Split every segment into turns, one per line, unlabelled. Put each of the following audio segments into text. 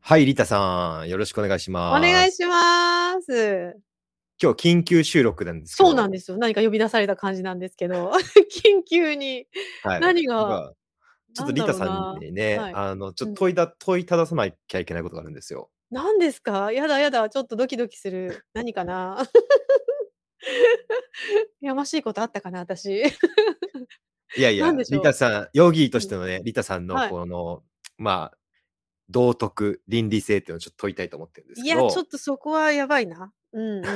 はい、リタさん、よろしくお願いし
お
ます。
願いします。
今日緊急収録なんですけ
そうなん
ど、
ですよ。何か呼び出された感じなんです けど、緊急に
はい。
何
なん
が、
か、ちょっ
な
と
ん
リ
だ
タ
ろう
さん
な。
にね、
はい。
あの、ちょ
う
っと
ん。
問いだ、問いたださなきゃいけないことがあるんですよ。
何ですかやだやだ、ちょっとドキドキする。何かな やましいことあったかな私。
いやい
何
や、
でし
リ
ょ
タさん、ヨギー
う。
と
う
し
ん。
てのね、リタさんの
はい。
この、まあ、道徳、倫理性っていうのをちょっと問いたいと思ってるんです
い
け
や、ちょ
ど、
っとそこはやばいな。 うんうん。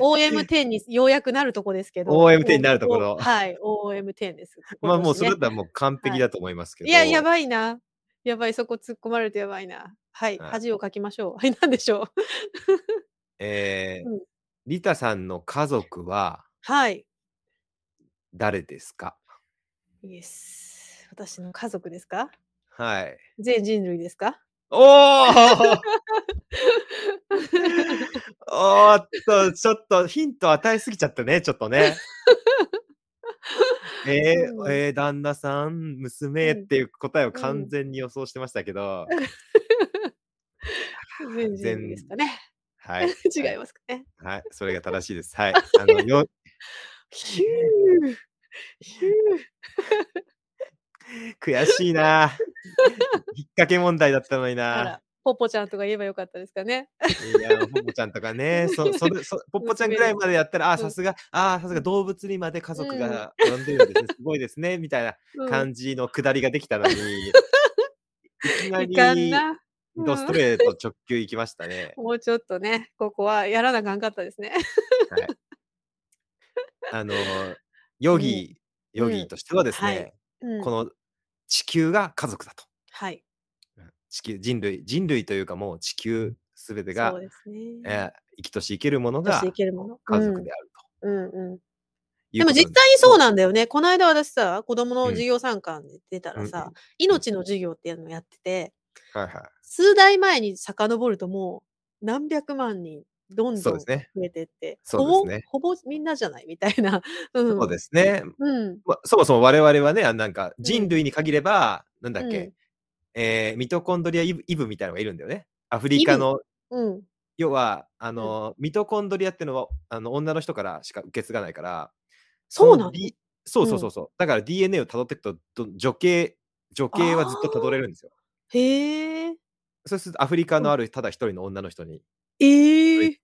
お OM10 にようやくなるとこですけど、
OMT に
お
なるとこ
お
ろ、
はい、OM10 です。
ま
今
あもう
年
それだ
ね。
ったらもう完
は
璧
い。
だと思いますけ
いや、や
ど、
ばいな。やばい、そこ突っ込まれてやばいな。はい、
はい、
恥をかきましょう。 はい、なんでしょ
え
う。
ー、
うん、
リタさんの家族は
はい。
誰ですか
イエス。私の家族ですか
はい。
全人類ですか
お ーおーっと、ちょっとヒント与えすぎちゃったね、ちょっと ね。え
う
ー
ん、
えー旦那さん、娘
う
っ
ん、
ていう答えを
う
完
ん。
全に予想してましたけ ど、
全人類で
全、
すかね。
はい、
違
はいい、
ますか ね。
はい、それが正しいです。はい、あの、よ、
ヒュー。ヒュー。
悔しい な。引っ掛け問題だったのに
あ
な。
ら、ポポちゃんとか言えばよかったですかね。
いや、ポポちゃんとか ね、そ、それ、そ、ポポちゃんぐ
娘
らい
の。
までやったら、ああ、
う
さ
ん。
すが、ああ、さすが動物にまで家
う
族
ん。うん。
が及んでるんですね、すごいですね、みたいな
うん。
感じの下りができた のに、いきない
かん
り、
な。
ドス
う
ト
ん。
レート直球いきましたね。
もうちょっとね、ここはやらなあかんかったですね。
はい。あの、ヨ
うん。
ギ、ヨ
う
ギ
ん。
としてはです
はい。
ね、
う
こ
ん。
の地球が家族だと。
はい。
うん地球、人類、人類というかもう地球すべて
そう
が、
ですね。
えー生きとし生けるもの
としてい
が
けるもの。う
家族
ん。
であると
うんうん。
い
で
うこ
も
とな
実
んです
際に
け
そう
ど、
なんだよね。この間私さ、子供
う
の授
ん、
業参観で出た
う
ら
ん、
さ、
うん。
命の授業っていうのをやってて、
はいはい。
数代前に遡るともう何百万人、どん
そう
ど
で
ん
すね。
増えてって、
そうです
ほぼ、
ね。
ほぼみんなじゃないみたいな。。
そううん ですね。
うん。
ま、そもそも我々はね、あなんか
う
人
ん。
類に限れば、なんだっ
う
け、
ん。
えーミトコンドリアイブイブみたいなのがいるんだよね。アフリ
イ
カ
ブ。
の、
うん。
要は、あ
うん。
の、ミトコンドリアっていうのは、あの、女の人からしか受け継がないから、そ
そ
の、
うなの
D、そう
う。
そうそうんそう。だから DNA を辿っていくと、ど女系、女系は
あ
ずっと辿れ
あ。
るんですよ。
へえ。
そうするとアフリカ
う
の
ん。
あるただ一人の女の人に
え
取り
え。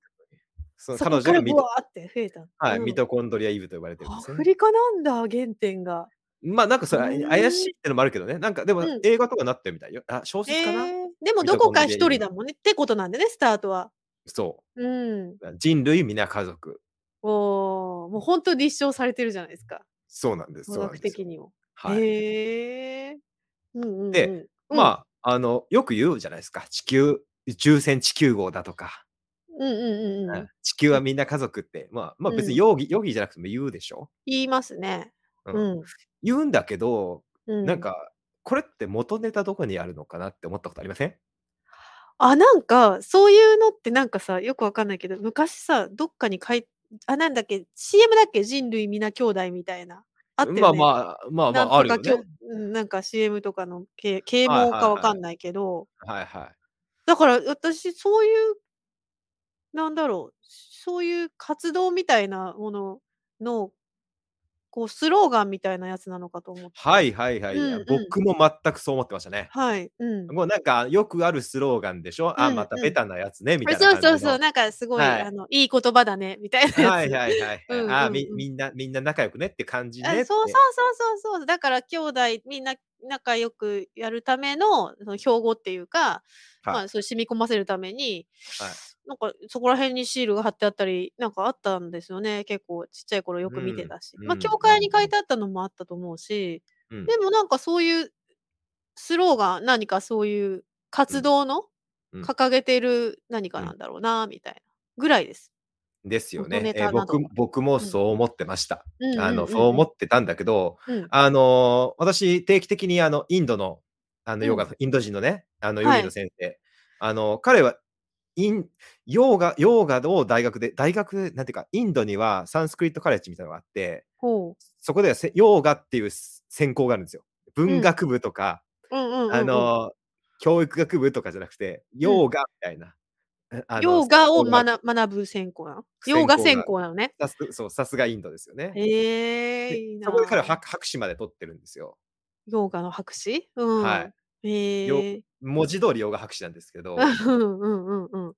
その
そ
彼
こ
女
か
が
らブ
ミト、
ワーって増えた。
はい、
う
ミ
ん。
トコンドリアイブと呼ばれてるんで
ア
すよ
フ
ね。
リカなんだ、原点が。
まあなんかそ
へ
れ怪しい
え。
ってのもあるけどね。なんかでも
うん。
映画とかなってるみたいよ。あ、小説かな
ええでも
ミ
ど
ト
こ
コン
か
ド
一
リアイブ。
人だもんねってことなんでね、スタートは。
そ
うん。
う。人類皆家族。
おーもう本当立証されてるじゃないですか。
そうなんです。
科
そうな
学
んですよ。
的にも。
はい。
へえ。うんうん
で、
うん。うん。
まあ、あの、よく言うじゃないですか。地球、宇宙船地球号だとか。
うんうんうん
う
うんん。
地球
う
は
ん。
みんな家族って、まあ、まあ
う
別に
ん
容疑、容疑じゃなくても言うでしょ。
言いますね。
う。
うんん。
言うんだけど、
う
なん
ん。
か、これって元ネタどこにあるのかなって思ったことありません
あ、なんか、そういうのってなんかさ、よくわかんないけど、昔さ、どっかに書い、あ、なんだっけ、CM だっけ人類皆兄弟みたいな。あった
ま
よ
あ
ね。
まあ、まあま
なん
あ、あ
と
る
か
よ
きょ、
ね。
うんなんか CM とかの啓啓
はい
蒙
はい
かわ
は
か
い。
んないけど、
はいはい。
だから私、そういう、なんだろう、そういう活動みたいなものの、こう、スローガンみたいなやつなのかと思って。
はいはいはい。
うんうん。
僕も全くそう思ってましたね。
はい。うん。
もうなんかよくあるスローガンでしょあ、
うん
また
う
ベ
ん。
タなやつね、み
あ
たいな
そう
感
そう
じ
そう。
の。
なんかすごい、
は
あ
い。
の、いい言葉だね、みたいなや
はい
つ。
はいはい。
うん
あ
うん
み、
うん。
みんな、みんな仲良くねって感じ
あ
ねっ
そうそう
て。
そうそうそう。だから兄弟みんな仲良くやるためのその標語っていうか、
は
ま
い。
あ、そう染み込ませるために、
はい。
なんかそこら辺にシールが貼ってあったり、なんかあったんですよね。結構ちっちゃい頃よ
う
く見て
ん、
たし。
う
まあ、
ん、
教
う
会に書
ん、
いてあったのもあったと思うし、
うん、
でもなんかそういうスローガン、何かそういう
う
活
ん、
動の
うん、
掲げてる何か
う。
なんんだろうな、みたいなぐらいです。
ですよ
元
ね。
ネ
えー
タな
僕、
どは。
僕も
うん。
そう思ってました。
うん
あの、
うん
そう
うんう
思
ん。
ってたんだけど、
うん。
あの私、定期的にあの、インドの、あの、
う
ヨガ
ん。
の、インド人のね、あの、ヨ
は
ギの
い。
先生。あの、彼は、イン、ヨーガ、ヨーガを大学で、大学、なんていうか、インドにはサンスクリットカレッジみたいなのがあって、
ほ
そこではせヨーガっていう専攻があるんですよ。
う。う
文
ん。
学部とか、
うんうん
あ
うんうん。
の教育学部とかじゃなくて、ヨーガみたいな。あの
ヨーガを
ヨガ
学学ぶ専攻なの。
専
ヨ
攻
ーガ専攻なのね。
さすそうさすがインドですよね。
ええ
で
いいな
そこで彼は博博士まで取ってるんですよ。
ヨーガの博士うん。。
はい
え
よ
え
文字通りヨガ博士なんですけど
う、んうんうんうん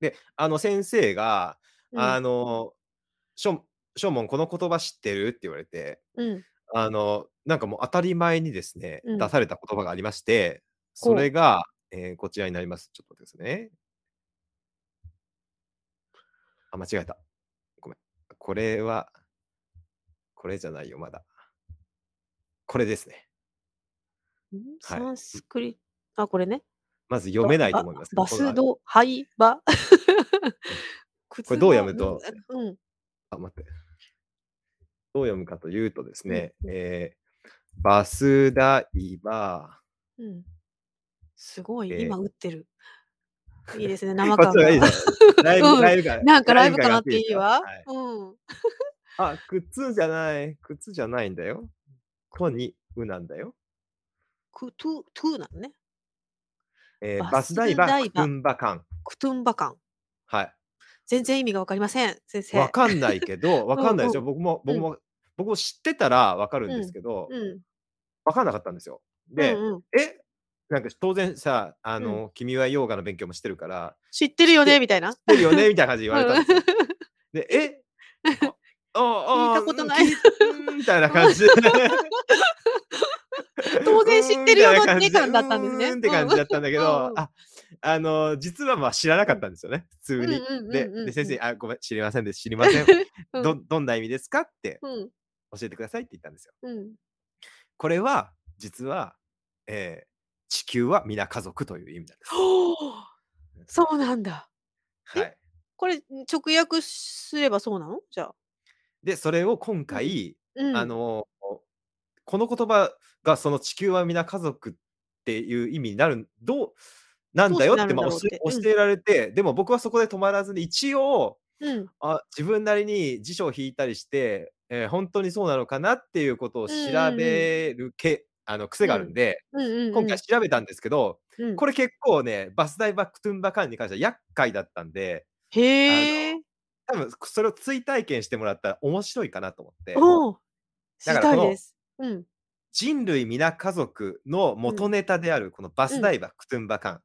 で、あの先生が、
うん。
あの、しょ、しょもん、この言葉知ってるって言われて、
うん。
あの、なんかもう当たり前にですね、
うん
出された言葉がありまして、
ほ
そ
う
れが、えーこちらになります。ちょっと待ってくださいね。あ、間違えた。ごめん。これは、これじゃないよ、まだ。これですね。
んサンスクリット。あ、これね。
まず読めないと思いますけど。
バ
この
ス
あ
ド、ハイバ。 こ
これどう読むと。
うん。
あ、待って。どう読むかというとですね、
うん
えーバスダイバ
うん。すごい、
えー
今打ってる。いいです ね、
ー。
生
こ
感
っちはいい
が。
じゃん。ライ
うん
ブ、ライブ感。
なんかライブ感あっ
ライブ感があってい
て
い
い
です
い
よ
わ
はい。
うん。
あ、靴じゃない。靴じゃないんだよ。こに、うなんだよ。
クトゥ、トゥなのね。
えー
バ
バ
ス
スダイバ
ダイ
ー、
バ
クンバカン。
クトゥンバ感。
は
全然意味がわかりません、先
い。
生。
わかんないけ ど、わかんないですよ。
う
僕も、
うん
僕も、僕も知ってたらわかるんですけど、
うん。
わかんなかったんですよ。で、
うんうん
えなんか当然さ、あの、君はヨガの勉強もしてるから、
知ってるよ
知っ
ね、
て
みたいな。
知ってるよねみたいな感じで言われたんですよ。で、えああ
聞い
あ
たことない
うん聞いみたいな感じで。
当然知ってるよ
うんみたいな感じ
の感だったんですね
うーって感じだったんだけ
う
ど
ん、
あ、あの、実はまあ知らなかったんですよね、普通に
うんうんうんうんう
で、
ん。
で先生に、あ、ごめん、知りませんで、知りません。
うん
ど、どんな意味ですかって
うん。
教えてくださいって言ったんですよ。
うん。
これは、実は、えー地球は皆家族という意味なんです。
ほーそうなんだ。え
はい。
これ直訳すればそうなのじゃあ。
で、それを今回、
うん、
あのこの言葉がその地球は皆家族っていう意味になるどうなんだよってまあ
どう
教
してなるんだろうっ
え
てうん
教えられて、でも僕はそこで止まらずに一応
うん、
あ自分なりに辞書を引いたりして、えー本当にそうなのかなっていうことを調べるけ、あの癖があるんで、
うんうんうん、
今回調べたんですけど、
うん、
これ結構ねバスダイバックトゥンバカンに関しては厄介だったんで
へえ。
多分それを追体験してもらったら面白いかなと思って。
おう知
だ
り
から
たい
この
です。うん。
人類皆家族の元ネタであるこのバスダイバ、クトゥンバカン。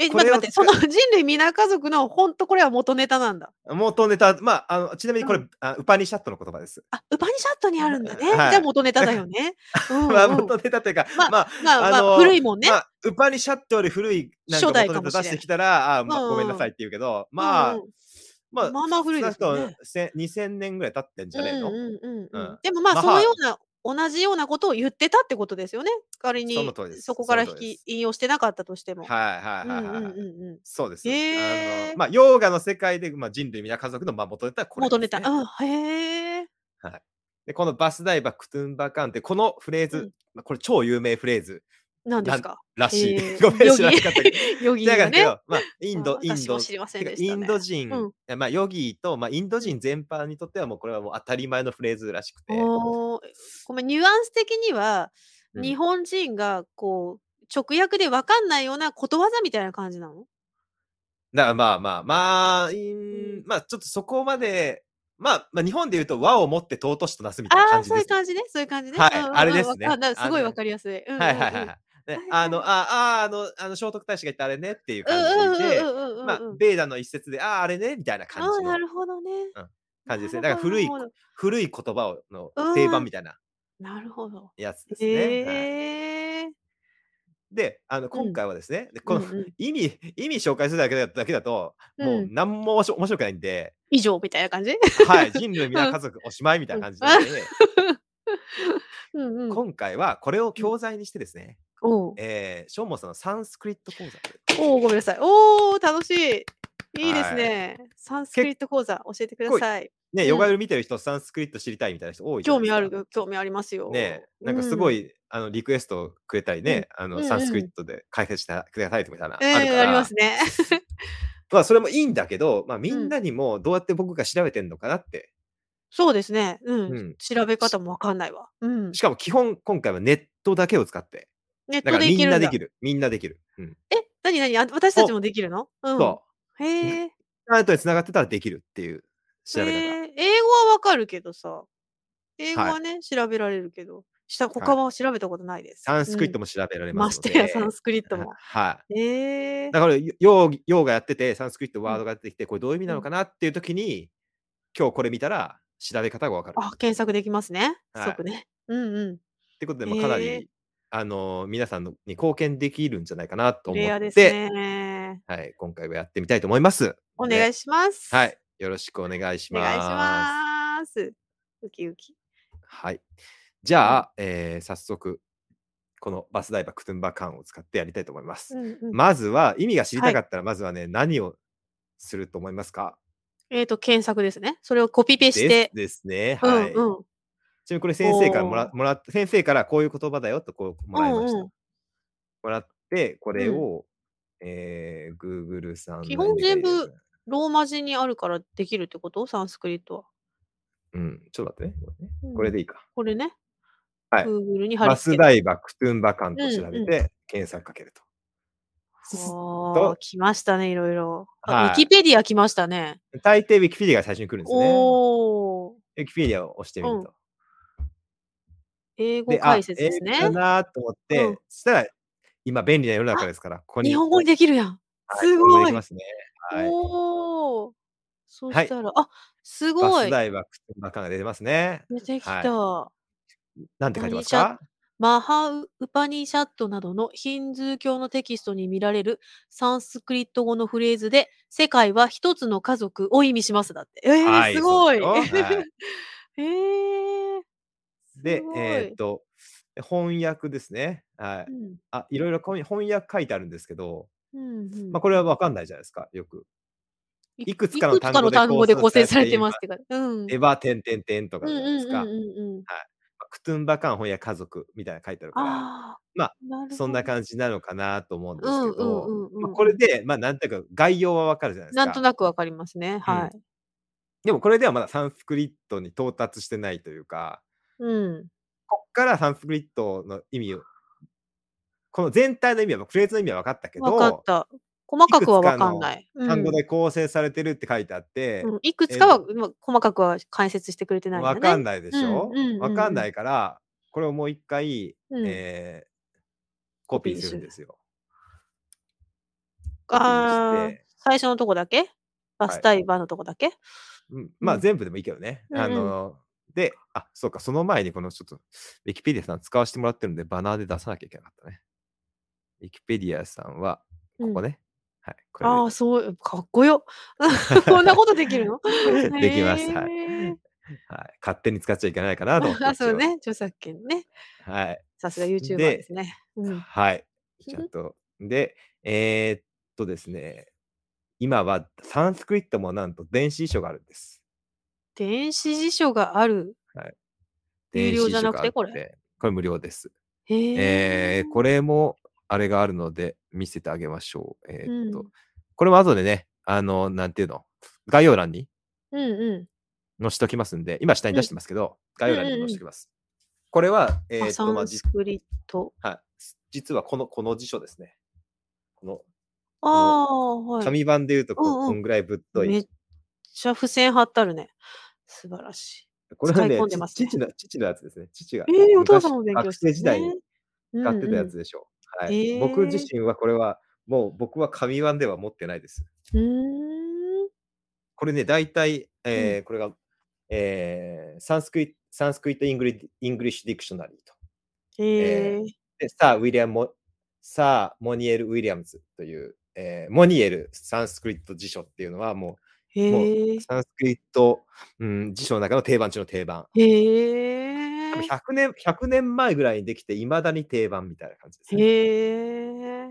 え、
こ
待っ
れ
て
を
待って、その人類皆家族の本当これは元ネタなんだ。
元ネタ、まあ、あのちなみにこれ、
う
あウパニシャットの言葉です。
あ、ウパニシャットにあるんだね。
はい
じゃあ元ネタだよね。うんうん
まあ、元ネタというか、
ま
ま
あ
あ、
まあ、まあ
あの
古いもんね。
まあウパニシャットより古いなんか
初代
元ネ
か
タ
も
出
しれ
し
ない
てきたら、あま
うん
あ、
うん
ごめんなさいって言うけど、まあ、
うんうん
まあ、
まあまあ古いですよね
少なくともせん2000年ぐらい経ってんじゃねえの、
うんうんうんう
うんん、
でもまあ、
まあ
そのような同じようなことを言ってたってことですよね。仮に
その通りです
そこから
そ
引
の通りで
き
す
引用してなかったとしても。
はいは
う
い
んう
はい
ん
はい。
うんう
そうです。
へ
あ
ー
のまあ、ヨーガの世界で、まあ、人類皆家族の、まあ、元ネタはこ
ん。
れです、
元
ね。
ネタ。うん、へえ。
で、このバスダイバ、クトゥンバカンって、このフレー
うん
ズ、まあこれ超有名フレーズ
何ですか。
らしい。
えー
ごめん、
ヨギ
知らなかったけど。
ヨギ
だから
が
け
ね。
ど、まあ、インド、イン
私も
ド、
知りませ
て
ん
か
でした、ね。
インド人、
うん
えまあ、ヨギーと、まあ、インド人全般にとっては、もうこれはもう当たり前のフレーズらしくて。
おーごめんニュアンス的には、
うん
日本人がこう直訳で分かんないようなことわざみたいな感じなの
だからまあまあ、まあ、い
うん
んまあ、ちょっとそこまで、まあ、まあ、日本で言うと、和を持って尊しとなすみたいな
ああ
感
ー
じ
そう
で
いう
す。
感じねそういう感じね、
はい
うんうんうん
あれですね
わかだすごい
あの
分かりやすい、うんうんうん、
はいはいはいはい。ね
はいはいはい
あの、あ、あ、あの、あの、聖徳太子が言ったあれねっていう
うん
感じで、
うんうんうんうんうん
まあ、ベーダの一節で、ああ、あれねみたいな感
あ
じ
ー
の
なるほどね
感じですね。
な
だ
る
から
ほど
古い
なるほ、ど
古い言葉をの
うん
定番みたいな
なるほど
やつですね。はい
へえー
で、あの今回はですね、でこの
うんうん
意味、意味紹介するだけだだけだと、も
う
うん何も面白面白くないんで、
以上みたいな感じ
はい、人類皆家族おしまいみたいな感じなので、
うんうん
今回はこれを教材にしてですね、
おう
えー、ショーモンさんのサンスクリット講座。
おうごめんなさいおお楽しいいいです
はい
ね、サンスクリット講座教えてくだ
こい
さい
ね、
うん
ヨガヨル見てる人、サンスクリット知りたいみたいな人多いじゃない
興
で
味
す
あ
か。
る興味ありますよ
ね、なんかすご
い、
い、あのリクエストくれたりね、あの
うんうん
サンスクリットで解説してくださいみたいな、
え
あるか
え
ら
ありますね
まあ、それもいいんだけど、まあ、みんなにもどうやって僕が調べてんのかなって、
そうですねうん、
うん
調べ方もわかんないわうん
しかも基本今回はネットだけを使って
ネッ
だ
ト
から
でい
み
け
ん
る
なんで
だ
き。る。みんなできる。うん。
え、なになにあ私たちもできるのうん。
そ
へえ。
う。アートにつながってたらできるっていう調べ方。
へえ英語はわかるけどさ。英語はね、調べられるけど。した他は調べたことないです。
サンスクリット
も
も調べられま
ますし
ので。
てやサンスクリットも。
はい。
へえ
だから、ようがやってて、サンスクリットワードが出てきて、これどういう意味なのかなっていう時に、今日これ見たら、調べ方がわかる。
あ、検索できますね。
はい
即ね。うんう
ってことで、まあ、かなり、
へえ
あの皆さんのに貢献できるんじゃないかなと
ん。
思っ
レア
て、
ですね。
はい、今回はやってみたいと思います。
お願
い
いします。
は。い、よろしくお願いし
お
ます。
願いします。ウキウキ。
はい。じゃあ、えー早速、このバスダイバークトゥンバカンを使ってやりたいと思います。
うんうん
まずは、意味が知り
は
た
い
かったら、まずはね、何をすると思いますか
えっ、と、検索ですね。それをコピペして。
ですですね。
うん
はい。
うん。
ちなみにこれ先生からも
お
ら
ー
もらって、先生からこういう言葉だよとこうもらいました。
うんうん
もらって、これ
うん
を、えー、Google さん。
基本全部。ローマ字にあるからできるってことサンスクリットは。
うん、ちょっと待ってね。これね
うん
これでいいか。
これね。
はい
Google に貼り
バ
付
ス
けて。
ダイバークトゥンバカンと調べ
うんうん
て検索かけると。
ああ、来ましたね、いろいろ。あ
はい
ウィキペディア来ましたね。
大抵 Wikipedia が最初に来るんですね。
おー。
Wikipedia を押してみると。
英語
で、あ、
解説です
英
ね
語。だなと思って、
うん
そしたら、今便利な世の中ですから、ここに。
日本語にできるやん。
はい
す
ここに
ご
で
い。
きますね。はい。
おお。そ
はい
したら、あすご
バス
い。
ダイバークトゥンバカンが出てますね。
出てきた。
なんて書いてます
何
か
マハウウパニシャットなどのヒンズー教のテキストに見られるサンスクリット語のフレーズで世界は一つの家族を意味しますだって。えー
はい
すごい。
そうです よ はい
えー、
で、えーっ
っ
と、翻訳ですね。はい。あ、いろいろこう翻訳書いてあるんですけど、まあ、これはわかんないじゃないですか、よく。いくつかの単語で
構
構
成
成
さ
さ
れ
れ
て
て
ま
ます
すってか。うん。
エヴァ、てんてんてんとか
うん
じゃないです
うん
か。
うんうんうん。
クトゥンバカン翻訳家族みたいなの書いてあるから、
ああ。
まあ
なるほど、
そんな感じなのかなと思うんですけど、
うんうんうんうん
まあこれで、まあ、なんとなく概要はわかるじゃないですか。
なんとなくわかりますね。はい。
でも、これではまだサンスクリットに到達してないというか、
うん。
こっからサンスクリットの意味を、この全体の意味は、フレーズの意味は分かったけ
わかっ
ど、
た。細かくはわか
いくつか
ん
の
ない。うん
単語で構成されてるって書いてあって、
うんいくつかは、まあ細かくは解説してくれてないんだ
わ
ね。
かんないでしょ、
うんうんうんうん
わかんないから、これをもう一回、
うん
えーコピーするんですよ。コピ
あ
ー
ー
して、
最初のとこだけバスタイバーのとこだけ、
うん、まあ
うん
全部でもいいけどね。あ
うんうん
ので、あそうか、その前にこのちょっと、ウィキペディアさん使わせてもらってるんで、バナーで出さなきゃいけなかったね。ウィキペディアさんは、ここね。はい、これ
ああ、そう、かっこ よ。こんなことできるの
できますはい
へー
はい、勝手に使っちゃいけないかなと思って。
あ そうね、著作権ね。
一応。はい。
さすが YouTuber
で
ですね。うん、
はい。ちゃんと。で、えーっとですね、今はサンスクリットもなんと電子辞書があるんです。
電子辞書がある。有
電
料
子
じゃ
辞書
な
が
く
あ
てこれ
ってこれ無料です。
へー
えーこれもあれがあるので見せてあげましょう。えーっと、
うん
これも後でね、あの、なんていうの、概要欄に
うんう
載せておきますんで、今下に出してますけど、概要欄にも載せておきます。これは、え
ん。
ー
あ
っ
サ
と、まあ、
ン
じ
スクリット。
はい、実はこの、この辞書ですね。この
ああ、はい。
紙版で言うとこ、
うんうん
こんぐらいぶっとい
めっちゃ付箋貼ってあるね。素晴らしい。
これは
使い
ね
込んでますね
ち父の、父のやつですね。父が。
えー、お父さ
昔
んも勉強
学
してる
生時代に
ね
使ってたや
うんうん
つでしょう。
ん
はい
へー
僕自身はこれは、もう僕は紙版では持ってないです。
うーん。
これね、大体、えーこれが、えーサンスクリット、サンスクリット・イングリイングリッシュ・ディクショナリーと。
へえ。
で、サー・ウィリアムモ・サー・モニエル・ウィリアムズという、えーモニエル・サンスクリット辞書っていうのはもう、も
へえ
う。サンスクリット、うん、辞書の中の定番中の定番。
へ
多分
え。
100年、100年前ぐらいにできて、いまだに定番みたいな感じですね。
へえ。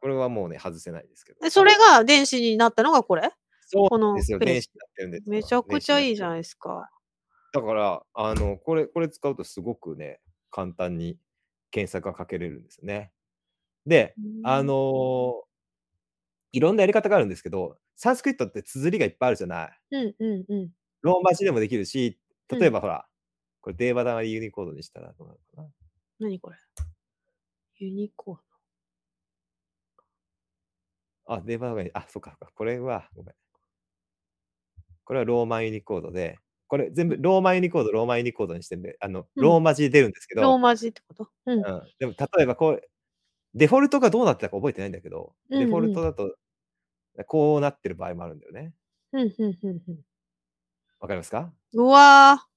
これはもうね、外せないですけど。
えそれが電子になったのがこれ
そう
こ
なん
の
ですよ。
ページ
電子になってるんですよ。
めちゃくちゃいいじゃない
い。
ですか。
だから、あの、これ、これ使うとすごくね、簡単に検索がかけれるんですよね。で、あのーいろんなやり方があるんですけど、サンスクリットって綴りがいっぱいあるじゃない。
うんうんうん。
ローマ字でもできるし、例えば
うん
ほら、これ、デーバダマリユニコードにしたらどうなるかな。
何これユニコーン。
あ、デバーガーあ、そっかそっか。これは、ごめん。これはローマンユニコードで、これ全部ローマンユニコード、ローマンユニコードにしてんで、あの、
うん
ローマ字で出るんですけ
ロー
ど、
マ字ってことう
う
ん。
ん、でも例えばこう、デフォルトがどうなってたか覚えてないんだけど、デフォルトだと、こうなってる場合もあるんだよね。
うん、うん、うん。うん
わかりますか、
うわー。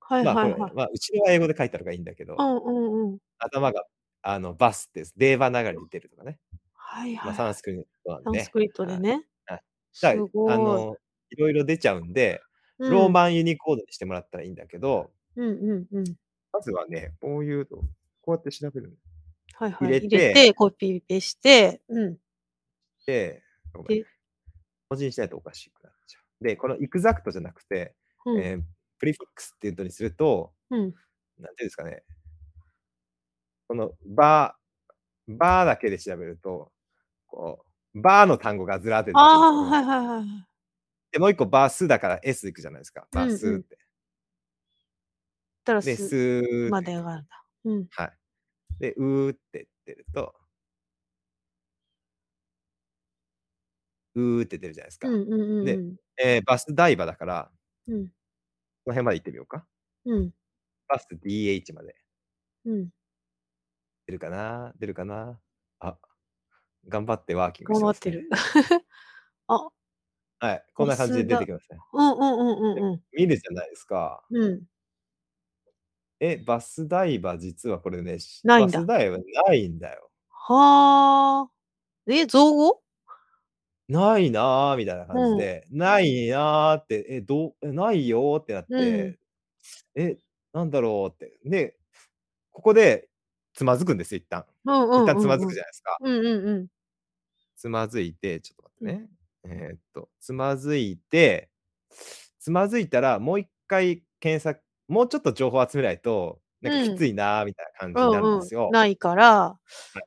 は い
まあこ
はい
れ、
はい。
まあ、うちのは英語で書いてあるからいいんだけど、
うんうんうん。
頭が、あの、バスです。デーバー流れに出るとかね。
はい
ま
は
あ、
い。
サ
サ
ンスクリットなんで、
ン
ね
ス。クリットでね
はい。
す
だから
ごい。
あの、いろいろ出ちゃうんで、
うん
ローマンユニコードにしてもらったらいいんだけど、
うんうんうん。
まずはね、こういうと、こうやって調べるん
はいは
入
い。
れ
入れ
て
て、コピペして、うん。
で、ごめん
で
文字にしないとおかしくなっちゃう。で、このエクザクトじゃなくて、
うん
えープリフィックスっていうのにすると、
うん。
なんていうんですかね、このバー、バーだけで調べると、こう、バーの単語がずらーって出てくる
ああ、
んですけど
はいはいはいはい。
で、もう一個バースだから S いくじゃないですか。バースっ
う
て。
んうんたら
で、ス
す
ーって
まで上がるんだ。うん。
はい。で、うーって出ると、うーって出るじゃないですか。
うんうんうん
で
うん。
えーバスダイバだから、
うん
この辺まで行ってみようか。
うん
バス DH まで
うん。
出るかな出るかなあ、頑張ってワーキングし
頑
て
張
ま
っ
す
て
ね、
る。あ、
はい。こんな感じで出てきますね。
うんうんうんうん
見るじゃないですか。
うん。うん。
え、バスダイバ実はこれね、し
ないんだ
バスダイバないんだよ。
はあ。え、造語
ないなーみたいな感じで、ないなーって、え、どう、えないよーってなって、
うん
え、なんだろうって。で、ここでつまずくんですよ、一旦。
うんうんうんうん。
一旦つまずくじゃないですか。
うんうんうん。
つまずいて、ちょっと
うん
待ってね。えーっと、つまずいて、つまずいたら、もう一回検索、もうちょっと情報集めないと、なんか
うん
きついなーみたいな感じ
う
に
ん
なるん
う
で
ん
すよ。
ないから。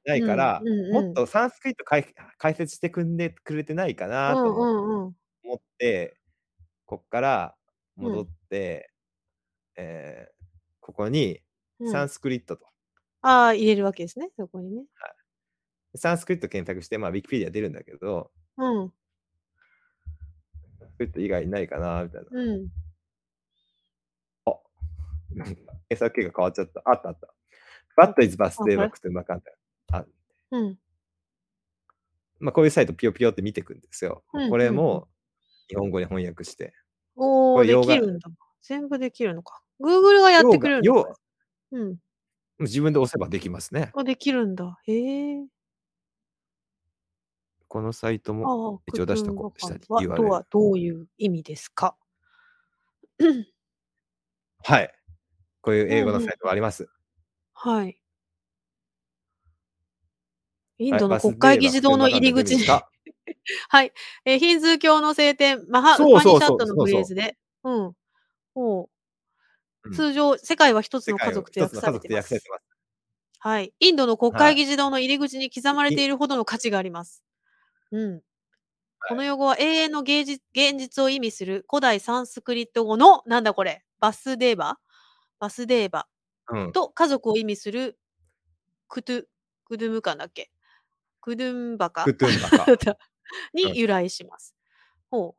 ないから、
うんうんうん
もっとサンスクリット解解説してくんでくれてないか
う
なと
ん
思って
うんうん。
思って、こっから
うん
戻って、えーここに
うん
サンスクリットと、
ああ、入れるわけですね、そこにね。
サンスクリット検索して、まあ、ウィキペディア出るんだけど、
うん、
サンスクリット以外ないかな、みたいな。
うん。
なんか検索結果変わっちゃった。あったあった。バットイズバス
あ
デー
これ
バックとマカンタ。
うん。
まあ、こういうサイトピヨピヨって見てくんですよ。
うん
これ
うん
も日本語に翻訳して。
お
こ
お、
れ
で
洋画
きるんだ。全部できるのか。Google がやってくれる
要
の
は
か。うん。
自分で押せばできますね。
あ、できるんだ。へえ。
このサイト
あ
も
あ、
一応出した
工
こ
夫
下に
は
URL
とはどういう意味ですか。
はい。こういう英語の
うんうん
サイトがあります。
はい。イ
イ
ンドの国会議事堂の入り口に。はい。えーヒンズー教の聖典、マハ・ウ
そう
パニシ
そう
ャ
そ
ッ
う
トのフレーズで。うん。ほ
う
うん通常、世界は一つ
世
の家
界を
族と
一つ
訳
の
さ
家
れ
族
て
と
ま
訳さ
す
れて。ます。
はい。インドの国
は
会
い
議事堂の入り口に刻まれているほどの価値があります。うん。この用語は永遠の芸術現実を意味する古代サンスクリット語の、なんだこれ、バスデーババスデーバ
うん、
と家族を意味するクトゥ、クドゥムカンだっけクドゥンバカ
クトゥンバカ。 うん
に由来します。ほ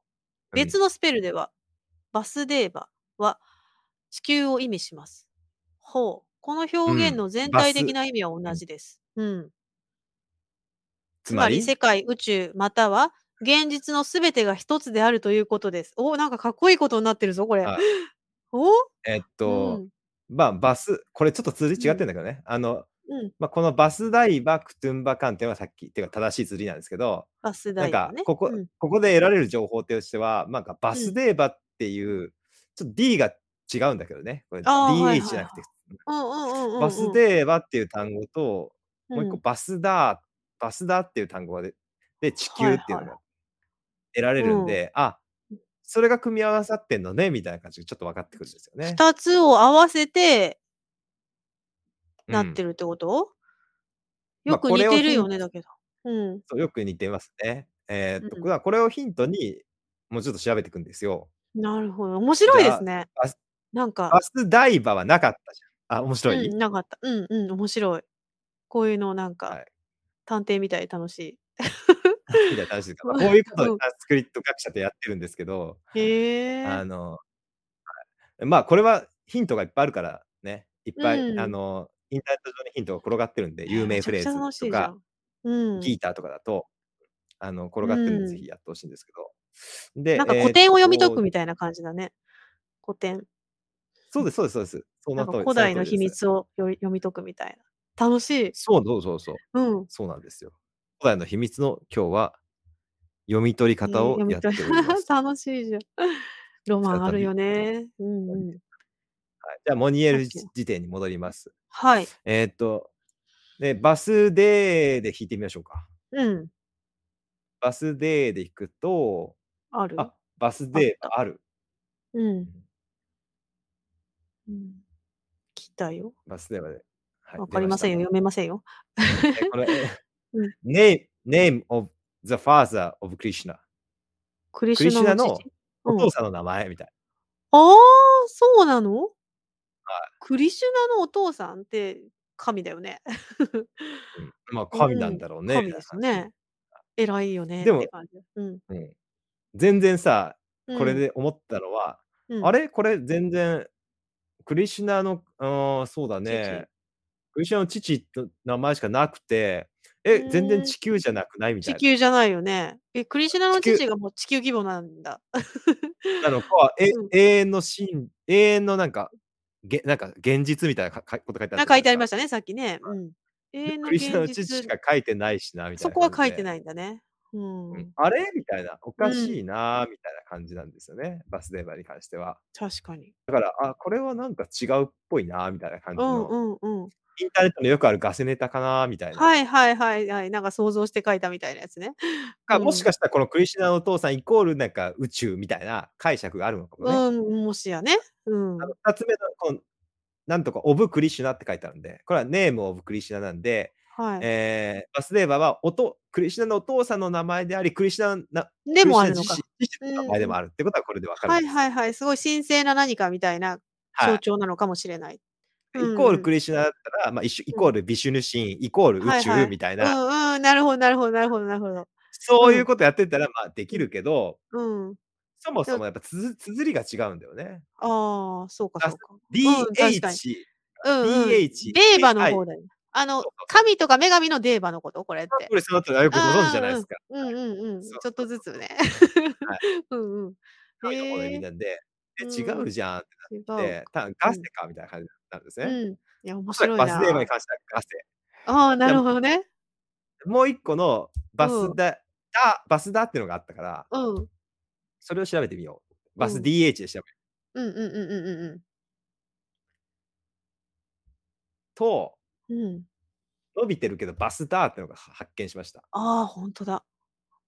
う。別のスペルでは、バスデーバは地球を意味します。ほう。この表
う
現
ん
の全
バ
体
ス
的な意味は同じです。うん。
つ
つ
ま
ま
り
り世界、宇宙、または現実のすべてが一つであるということです。おなんかかっこいいことになってるぞ、これ。
はい
お
えっ
う
と、
ん。
まあ、バス、これちょっと通じ違ってんだけどね。あの、
うん。
まあ、このバスダイバクトゥンバカンっていうのはさっき、っていうか正しい釣りなんですけど、
バス
な
代
ん
が
か
ね。
ここ、
うん
ここで得られる情報としては、なんかバスデーバっていう、ちょっと D が違うんだけどね。これ
あーはいはい
DH じゃなくて、
うんうんうんうん。
バスデーバっていう単語と、もう一個
ん
バスダー、バスダーっていう単語がで、で、地球
はい
っていう
はい
のが得られるんで、あ、それが組み合わさってんのね、みたいな感じでちょっと分かってくるんですよね。
二つを合わせて
うん
なってるってこと、
まあ
よく
こ
似
れを
てる
ヒン
よね、だけど。うん。
そうよく似てますね。えーっと、
うん
これはこれをヒントに、もうちょっと調べていくんですよ。
なるほど。面白い
じ
で
ゃあ
すね
バス。
なんか
バ、スダイバはなかったじゃん。あ、面白い、
うん、なかった。うんうん、面白い。こういうのなんか、
はい
探偵みたい楽し
みたいな話ですか。まあこういう こと
う
を
ん
サンスクリット学者とやってるんですけど、
い。へえ。
あの、はいまあ、これはヒントがいっぱいあるからね、いっぱい、
うん
あの、インターネット上にヒントが転がってるんで、有名フレー
めちゃくちゃ楽
ズ
し
と
いじゃ
か、
ん。うん。
ギーターとかだと、あの、転がってるん
うん
で、ぜひやってほしいんですけど。で、
なんか
えー
古典を読み解くみ
と
たいな感じだね。古典。
そうです、そうです、そうです。そ
な
の
んか
通り
古代の
そ通
秘
りです
密をより読み解くみたいな。楽しい。
そうそうそうそう。
うん。
そうなんですよ。古代の秘密の今日は、読み取り方を
えー
やっており
読み
ま
取
す
り。 楽しいじゃん。ロマンあるよね。うんうん。
はいじゃあ、モニエル
確かに
辞典に戻ります。
はい。
えーっと、で、バスデーで弾いてみましょうか。
うん。
バスデーで弾くと、
ある。
あ、バスデー
あっ
がある。
うん。うん。来たよ。
バスデーまで。はい
わかりませんよ。。読めませんよ。
出したねこのえ
うん
name, name of the father of Krishna。
クリ
ク
シ
リ
ュ
シュナ
ナの
の
父。う
お
ん
父さんの名前みたい
ああ、そうなのクリシュナのお父さんって神だよね。
な。うんまあ、神なんだろうね。
神
みたい
で
な
すね。偉いよねっ
でも
て感じ。うん
感じ。うん全然さ、
うん、
これで思ったのは、
うん、
あれこれ全然、クリシュナの、うん、そうだね。クリシュナの父の名前しかなくて、え、全
う
然
ん
地球じゃなくないみたい
地
な。
球じゃないよね。え、クリシュナの
地球
父がもう地球規模なんだ。
なのか、え
うん
永遠の真、永遠のなんか、げなんか現実みたいなかかこと書いてあった
なんか書いてありま
し
したね、さっきね。うん。永遠の
クリスナの
現
父し
実
か。書いてないしな、みたいな。。
そこは書いてないいんだね。うん。
うんあれみたいな、おかしいな、みたいな感じなんですよね、バスデーバーに関しては。
確かに。
だから、あ、これはなんか違うっぽいな、みたいな感じ
うん
の、
うんうん。
インターネットのよくあるガセネタかな、みたいな。
はいはいはいはい。なんか想像して書いたみたいなやつね。
か
うん
もしかしたらこのクリシュナのお父さんイコールなんか宇宙みたいな解釈があるのかもね。
うん、もしやね。うん。
あの二つ目のこの、なんとかオブクリシュナって書いてあるんで、これはネームオブクリシュナなんで、
はい。
えーバスデーバはおとクリシュナのお父さんの名前であり、クリシュナな
でもあるの
ク
か
リシ。ュナ自身自身の名前でもあるってことはこれでわかる
は
ん
い
です。
はいはい。すごい神聖な何かみたいな
は
象
い
徴なのかもしれない。
イコール
うん
クリシュナだったら、まあ、一緒イコールビシュヌシーン、イコール
は
宇
いはい
宙みたいな、
うんうん、なるほどなるほどなるほどなるほど。
そういうことやってたらまあできるけど、
うん。
そもそもやっぱつづつづりが違うんだよね。
ああ、そうかそうか。確かに
DH、
うん、うん。デ
DH、
ーバの方
AI
だよ。あの
そうそう、
神とか女神のデーバのことこれっ
こ
て。
れその後よくご存知じゃないですか。
うんうんうん。ち
そう
ょっとずつね。 うんうん。
神の方で
へ
み
え
んなで、え
うん
違うじゃんっ
違
てなって、
う。
ただガセかみたいな感じなんですね。
うん。いや、面
おそら
白
く
い
バスデーバ
な
に。関してはガセ。
ああ、なるほどね。
もう一個のバス
うん
だ、だバスだっていうのがあったから、
うん。うん
それを調べてみよう。バ
う
ス
ん
DH で調べる
うんうんうんう
と、
んうん。うん。
伸びてるけどバスだっていうのが発見しました。
ああ、本当だ。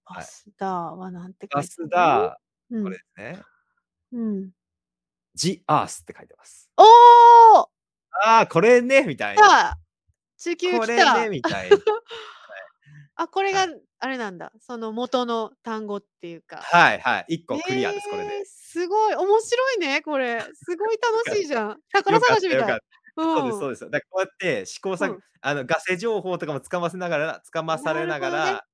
はい
バスダーはなんて書
バ
いて
ス
ある
だ、
う
こ
ん
れですね。
うん。
The Earth って書いてます。
おお
ああ、これね、みたい
来
な。
た地球
これ
来た、
ね、みたいな。
あ、これが
は、
あれなんだ。その元の単語っていうか。
はいはい。一個クリアです、これ
えー
で。
すごい。面白いね、これ。すごい楽しいじゃん。
よ
宝
か
探
っ、
したみ
よか
た
っ
い
た。。
う
そう
ん
です、そうです。だからこうやって試行錯誤、
うん
あの、ガセ情報とかもつかませながら、つかまされなが
なるほどね
ら、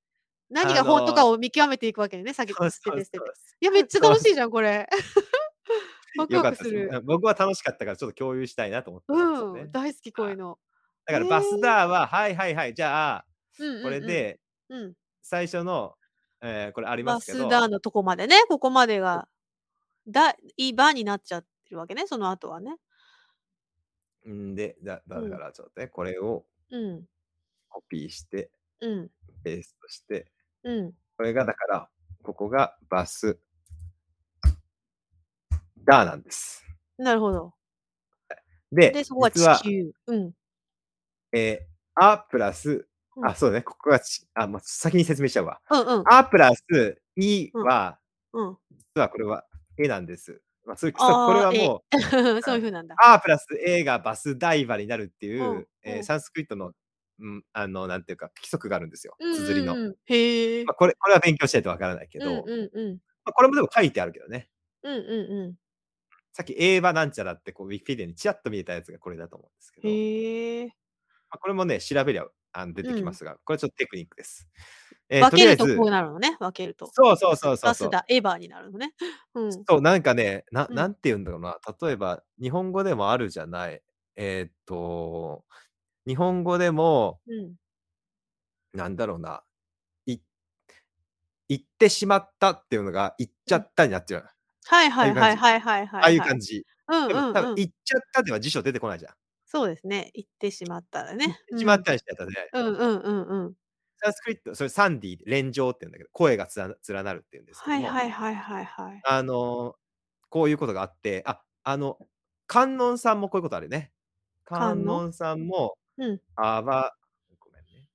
何が本とか
あ
を見極めていくわけね、さっき
そう
捨 て
そう
て
そ
捨て
う。
ていや、めっちゃ楽しいじゃん、これ。ワ ク
よか
ワ
っ
ク
た
す
です
る。
うん僕は楽しかったから、ちょっと共有したいなと思ったんですよ
う
ね
ん、。大好き、こういうの。
だから
へ
バスダーは、はいはいはい、じゃあ、
うんうんうん
これ、で
うん、
最初の、えーこれありま
バ
すけど、
スダーのとこまでね、ここまでが、だ、いいバーになっちゃってるわけね、その後はね。
んで、だだ
うん
からちょっとね、これを
うん、
コピーして、
うん、
ペーストして、
うん。
これがだから、ここがバスダーなんです。
なるほど。
で、
で、そこが
実は
地、球。うん。
えー、あプラス、
うん
あ、そうね、ここがち、あ、もう先に説明しちゃうわ。
うんうん。
あプラス E
うん
は、
うん、
実はこれは絵なんです。まあ、そういう
あー
これは
絵
もう、
そういうふうなんだ。
あプラス A がバスダイバーになるっていう、
うん
えー
うん
サンスクリットの、うん、あの、なんていうか、規則があるんですよ。
うん
綴りの。
うんうんへえ
まあ、。これ、これは勉強しないとわからないけ
う
ど、
んうんうん。
まあ、これもでも書いてあるけどね。
うんうん
さっき A はなんちゃらって、こう、ウィキペディアにチラッと見えたやつがこれだと思うんですけ
うん。
ど、ま
へえ。
あ、これもね、調べりゃあの出てきますが、これちょっとテクニックです。えー
分ける
と
と
りあえず
こうなるのね。分けると。
そうそうそうそうそう
バスだ、エバーになるのね。うん。
そう、なんかね、な
うん
なんて言うんだろうな。例えば、日本語でもあるじゃない。えーっと、日本語でも、
うん。
なんだろうな。い、行ってしまったっていうのが、行っちゃったになっちゃう。
はいはいはい
あ
はいはいはい。
あいう感じ。
うん
で
う
も、
ん
多分
うん。
行っちゃったでは辞書出てこないじゃん。
そうですね。行ってしまったら
行
ね
っ。てしまったにしてたね。
うんうんうんうん。
サンスクリット、それサンディ、連城って言うんだけど、声がつら連なるって言うんですけど
は
も。
いはいはいはいはい。
あの、こういうことがあって、あ、あの、観音さんもこういうことあるよね。
観音
観音さんも、
うん。
あば、ごめんね。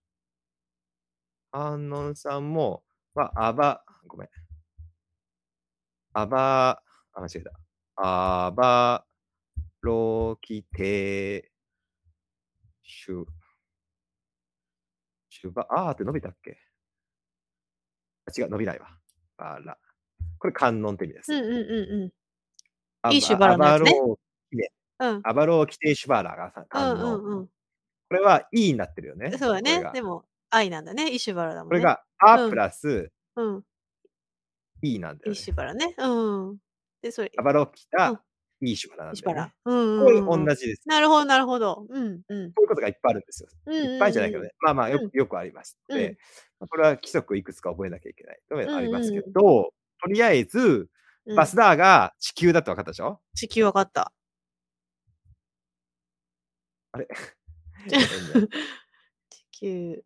観音さんも、は、あば、ごめん。あば、あ、間違えた。あば、ろきて、しゅ、しゅば、あーって伸びたっけあ、違う、伸びないわ。あら。これ観音って意味です。
うんうんうんうん。
あ
いいシュバラのやつ
あ
ね
ばろう
うん。
アバロー規定シュバラがさ、
うん
観音。
うんうん。
これは E になってるよね。
そうだ
これ
ね
が。
でも、愛なんだね。イシュバラだも
こ
んね。
れがあ
うん
プラス
うん。
E なんだよね。
イシュバラね。うん。で、それ、
アバロキ
うん
タ、イシュバラなん
イシュ
だよ、
バラ
ね。。
うん
こ
う
れ
んうん。
同じです。
なるほど、なるほど。うんうん。
こういうことがいっぱいあるんですよ。
い
いっぱいじゃないけどね。まあまあよ
うん
くよくありますの
うん
で、まあこれは規則いくつか覚えなきゃいけないというのはありますけ
うん
ど、とりあえず、
うん
バスダーが地球だって分かったでし ょ、
地球わかった。
変な
地球。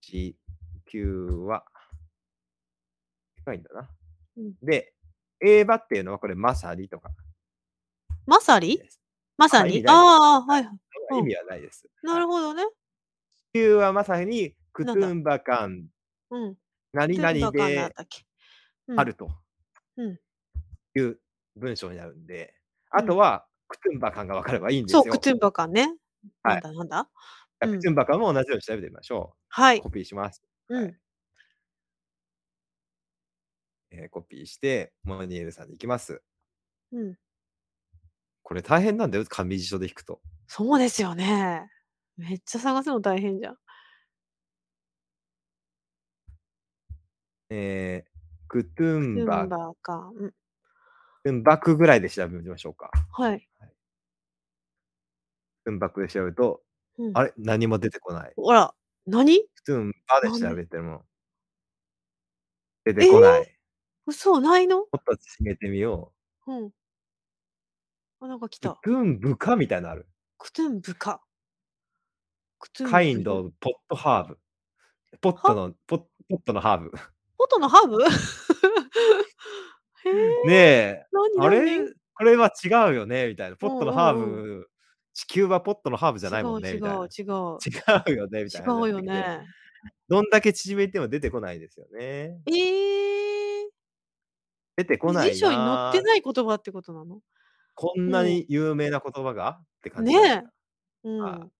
地球は、でかいんだな。
うん
で、A バっていうのはこれまさにとか
まさに
です。
まさに
意味ない
ああ、はいはい。うん
意味はないです。
なるほどね。
地球はまさにクト
なんだ
ゥンバカン、
うん。
何々
トゥンバカンだっ
で
たっけうん
あると
うん
いう文章になるんで、
うん
あとはクトゥンバカンが分かればいいんですよ。
そう、クトゥンバカンね。
は
ないんだなん
じ
だ
ゃあ
うん
クトゥンバカンも同じように調べてみましょ
は
う。
い。
コピーします。
う
は
ん
い。えーコピーして、モニエルさんに行きます。
うん。
これ大変なんだよ、紙辞書で引くと。
そうですよね。めっちゃ探すの大変じゃん。
えークトゥ
トゥ
ンバ
ンバカン。うん
クンバクぐらいで調べましょうか。
はい。
クトゥンバクで調べると、
うん
あれ何も出てこない。
ほら、何
クトゥンバで
なんで
調べても出てこない。
嘘ないの
もっと進めてみよ
うん。あ、なんか来
う。
た。
クトゥンブカみたいなのある。
クトゥンブカ。クトゥンブカ
カインド、ポットハーブ。ポットの、ポッポットのハーブ。
ポトのハーブ へえ、
ねえ、
何何
あれこれは違うよねみたいな。ポットのハー
うんうん
ブ、地球はポットのハーブじゃないもんね
違う違
みたいな
う。違う。
違うよねみたいな。
違うよ。ね。
どんだけ縮めても出てこないですよね。
えー、
出てこないな。
辞書に載ってない言葉ってことなの
こんなに有名な言葉が、って感じ
ねえ
なんだ
う
あ
ん。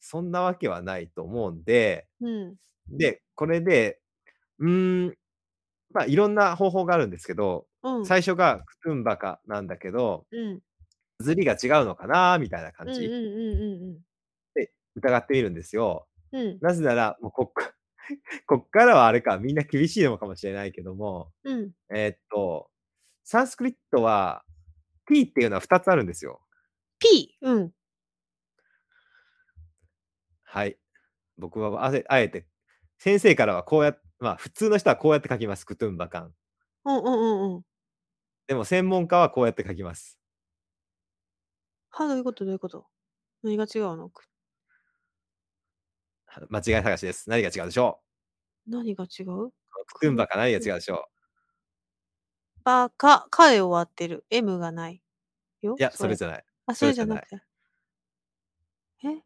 そんなわけはないと思うんで、
うん。
で、これで、うーん、まあ、いろんな方法があるんですけど、
うん。
最初がクトゥンバカなんだけど、
うん。
ズリが違うのかなみたいな
うん。
感
うん。
じ、
うん。
疑ってみるんですよ。
うん。うん。
なぜなら、もうこっか、 こっからはあれか、みんな厳しいのかもしれないけども、
うん。
えーっと、サンスクリットは、t っていうのは2つあるんですよ。
P。うん。
はい。僕はあえあえて、先生からはこうやっまあ普通の人はこうやって書きます、クトゥンバカン。
うんうんうんうん。
でも専門家はこうやって書きます。
は、どういうことどういうこと何が違うのく
間違い探しです。何が違うでしょ
何が違う
うクトゥンバカン何が違うでしょ
バカ、カで終わってる。M がない。よ
ういや、それじ
ゃ
ゃない。
あ、そ
そ
れ
れ
じ
じ
ゃ
ゃ
な
ない
くて。え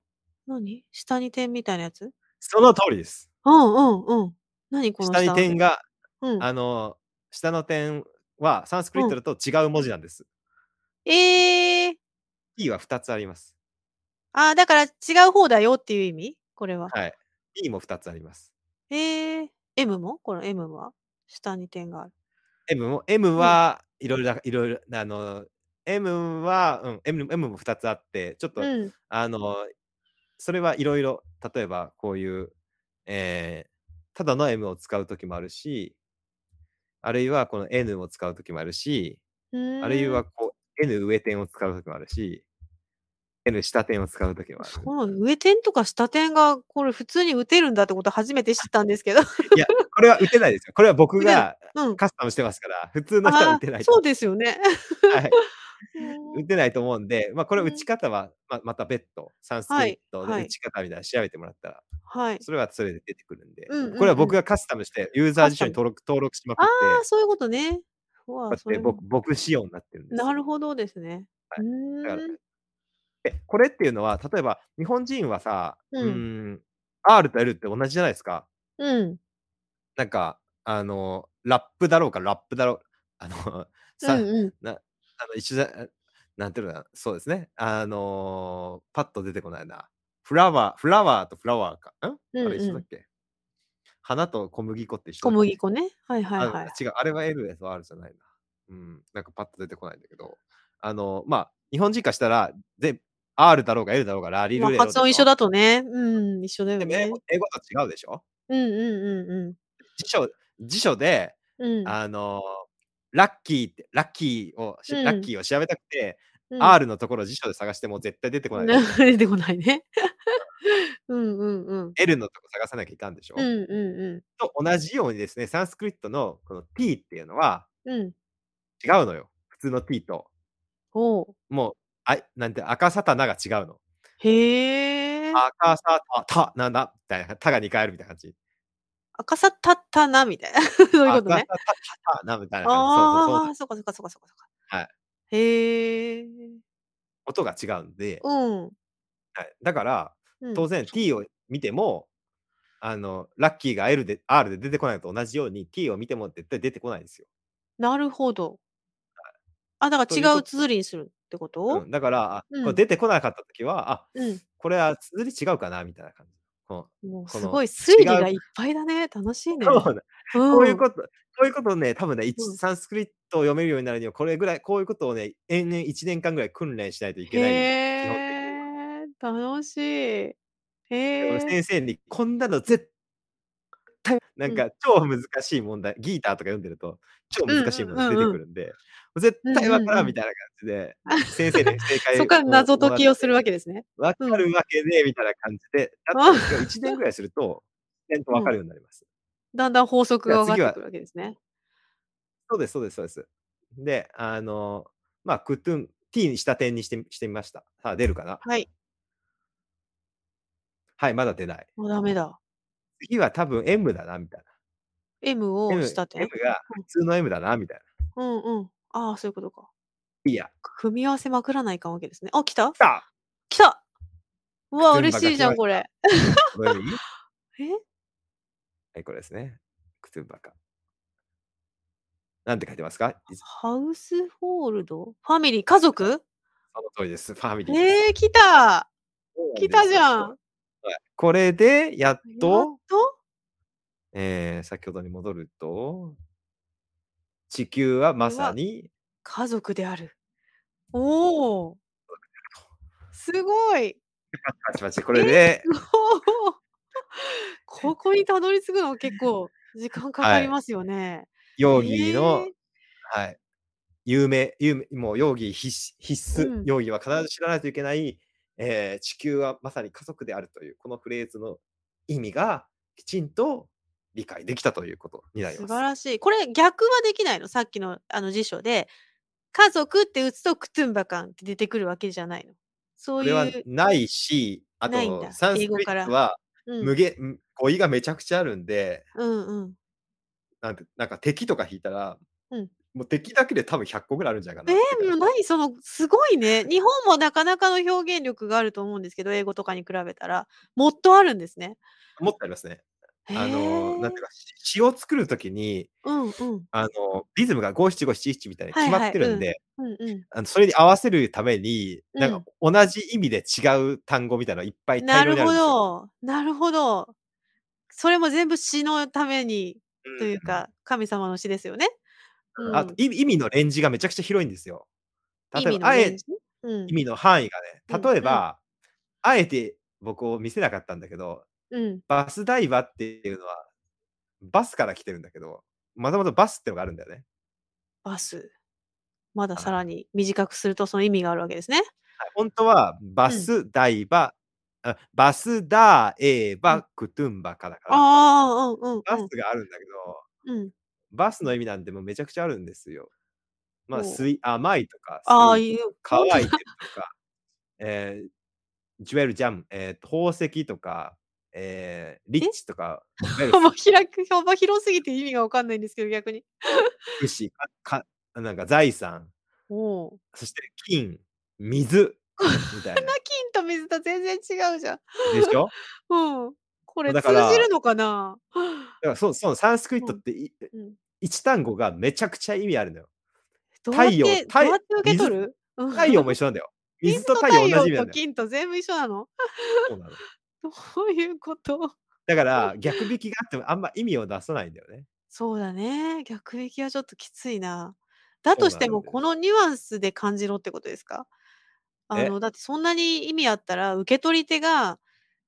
何下に点みたいなやつ
その通りです。
うんうんうん。何この
下に点が、
うん。
あの、下の点はサンスクリットだと違う文字なんです。
えー、
t は2つあります。
あーだから違う方だよっていう意味これは。
はい。e も2つあります。
えー、M もこの M は下に点がある。
m も、m はいろいろな、いろいろな、あの、m は、うん、m, m も2つあって、ちょっと
うん。
あの、それはいろいろ、例えばこういう、えーただの M を使うときもあるし、あるいはこの N を使うときもあるし、あ
あ
るいはこう N 上点を使うときもあるし、N 下点を使うときもある。
そうなの上点とか下点がこれ普通に打てるんだってこと初めて知ったんですけど、
これは打てないですよ。これは僕
打て
が
うん、
カスタムしてますから、普通の人は打てない
あー
と
そ
思
うですよね。
う。はい打てないと思うんで、まあ、これ打ち方は、まあ、また別途、サンスクリット
は
の
い
打ち方みたいなの調べてもらったら、
はい。
それはそれで出てくるんで、
うんうんうん
これは僕がカスタムして、ユーザー辞書に登録登録しまくっ
あそういうことね。うわ
て、こうやって僕僕仕様になってるんですよ
なるほどですね。
はいうだから
ーん
でこれっていうのは、例えば日本人はさ、
う
うんーん、R と L って同じじゃないですか。
うん。
なんか、あの、ラップだろうか、ラップだろう、あの、
う
さ、
んうん。
あの一緒だ、なんていうのかな、そうですね。あのーパッと出てこないな。フラワー、フラワーとフラワーか。ん、
うん
あれ一
うん
緒だっけ花と小麦粉って一緒
小
だっけ
麦粉ね。はいはいはい
あ。違う、あれは L やと R じゃないな。うん、なんかパッと出てこないんだけど。あのまあ、日本人化したら、で、R だろうが L だろうがラリル
まあ
レロでし
発
ょ
音一緒だとね。うん、一緒だよ
でも
ね
英語。英語と違うでしょ
うんうんうん
辞書、辞書で、
うん。うん
あのラッキーって、ラッキーをし、
うん
ラッキーを調べたくて、
うん
R のところを辞書で探しても絶対出てこないです。
出てこないね。うんうんうん。
L のとこ探さなきゃいかんでしょ、
うんう
と同じようにですね、サンスクリットのこの t っていうのは
んうん。うん。
違うのよ。普通の t と。
おう。
もう、あなんて赤さたなが違うの。
へえ。
赤さたたなんだみたいな。たが2回あるみたいな感じ。
赤さたったな、みたいな。 そういうことね。
赤さたたなみたいな感じ。そうそう
あ
そう
あ、そうかそうかそうかそうか。
はい。
へえ。
音が違うんで、
うん。
はい、だから
うん
当然 t を見ても、あのラッキーが L で R で出てこないのと同じように t を見ても絶対出てこないんですよ。
なるほど。あ、だか
という
ら違
こ
う綴りにするってこと
うん、だから、あ
うん
これ出てこなかった時は、あ
うん。
これは綴り違うかなみたいな感じ。こ
もう
こ
す
の
ごい推
違
理
う
がいっぱいだね。楽し いね。
のこういうこと、こういうことをね、多分ね、一
うん
サンスクリットを読めるようになるには、これぐらい、こういうことをね、延々1年間ぐらい訓練しないといけない。基本的には
へえ、楽しい。へ
で俺
え。
先生に、こんなの絶対、なん
う
か超難しい問題、ギターとか読んでると、超難しい問題出てくるんで、絶対わか
うんうん
ら
うん
んみたいな感じで、先生に正解
そこから謎解きをするわ
け。
けですね。
わかるわけねえみたいな感じで、あと1年ぐらいすると、自然とわかるようになります。
だんだん法則
じゃ
が
あ
分かっ
次は
てくるわけですね。
そうです、そうです、そうです。で、あのー、まあ、クットゥン、t にした点にしてみしてみました。さあ、出るかな
はい。
はい、まだ出ない。
もうダメだ。
次は多分 M だな、みたい
M
な。
を
M,
したて
M。が普通の M だな、みたい
うんうん。ああ、そういうことか。
な。いや、
組み合わせまくらないかんわけですね。あ、来た
来た
来たうわ、
クトゥンバ
嬉
が
しいじゃん、
来ました
これ。
これでいいは
え
い、これですね。クトゥンバカ。なんて書いてますかいつ
ハウスホールドファミリー家族
その通りです。ファミリーです。
えー、来た
そうなんです
来たじゃん
よはいこれで、やっ
やっ
と、
と
えー、先ほどに戻ると、地球はまさに
家族である。おおすご い
パチパチ、これで、
おーここにたどり着くの結構時間かかりますよね。
ヨーギーの、
えー
はい。有名、有名もう、容疑必須必須、
うん
容疑は必ず知らないといけない、えー地球はまさに家族であるという、このフレーズの意味がきちんと理解できたということになり
素
ま
晴
す。
らしい。これ逆はできないのさっきのあの辞書で「家族」って打つと「クトゥンバカン」って出てくるわけじゃないの。そ
こ
う
れ
い
は
う。
ないし、あ
ないん
と
だ、
サンス
英語
クリ
から
ットは
うん
無限、ん語彙がめちゃくちゃあるんで、
うんうん。
なんて、なんか敵とか引いたら、
うん
もう敵だけで多分100個ぐらいあるんじゃないか
え
なって
ー、
感
もう
じ。
何そのすごいね。日本もなかなかの表現力があると思うんですけど英語とかに比べたらもっとあるんですね。
もっとありますね。あの、なんていう
へー
か、詩詩を作るときに、
うんうん
あの、リズムが五七五七七みたいに
はい
決
はい
まってるんで、
うんうん。
あのそれに合わせるために、なんか同じ意味で違う単語みたいなのいっぱい
な
大量
る
にあるん
ほ
ですよ。
ど。なるほど。それも全部詩のためにというか、神様の詩ですよね。
うん、あと意味意味のレンジがめちゃくちゃ広いんですよ。
うん、
例えば、あ
意味のレ
え
ンジうん
意味の範囲が
うん
ね、例えば、あえて僕を見せなかったんだけど、
うん。
バスダイバっていうのは、バスから来てるんだけど、まともとバスってのがあるんだよね。
バス。まださらに短くするとその意味があるわけですね。
本当は、バスダイバ、あバスダーエー
うん
バクトゥンバカだから、
ああ、うんうん
バ
うん
スがあるんだけど、
うん。
バスの意味なんてもうめちゃくちゃあるんですよ。まあ、
ほう
スイ甘いとか、
ああ
スイー
い
ツ
う。
乾
本当
いてるとか、えージュエルジャム、えーと宝石とか、えーリッチとか、いわ ゆる
幅広く、幅広すぎて意味がわかんないんですけど、逆に。
福祉、かかなんか財産、
おお。
そして金、水、みたいな。
金と水と全然違うじゃん。
でし ょ
うん。これ
だ
通
から
じるのかな
だからそうそうサンスクリットってい、
うん
一単語がめちゃくちゃ意味あるの よ。
どうやって
太陽太
どうやって受け取るうん
太陽も一緒なんだよ。水と太陽同
水
じ意味な
と
んだよ。
金と全部一緒なの
そうなの
どういうこと
だから逆引きがあってもあんま意味を出さないんだよね。
そうだね。逆引きはちょっときついな。だとしても、
そう
こ
な
のニュアンスで感じろってことですかあ
え
の、だってそんなに意味あったら、受け取り手が、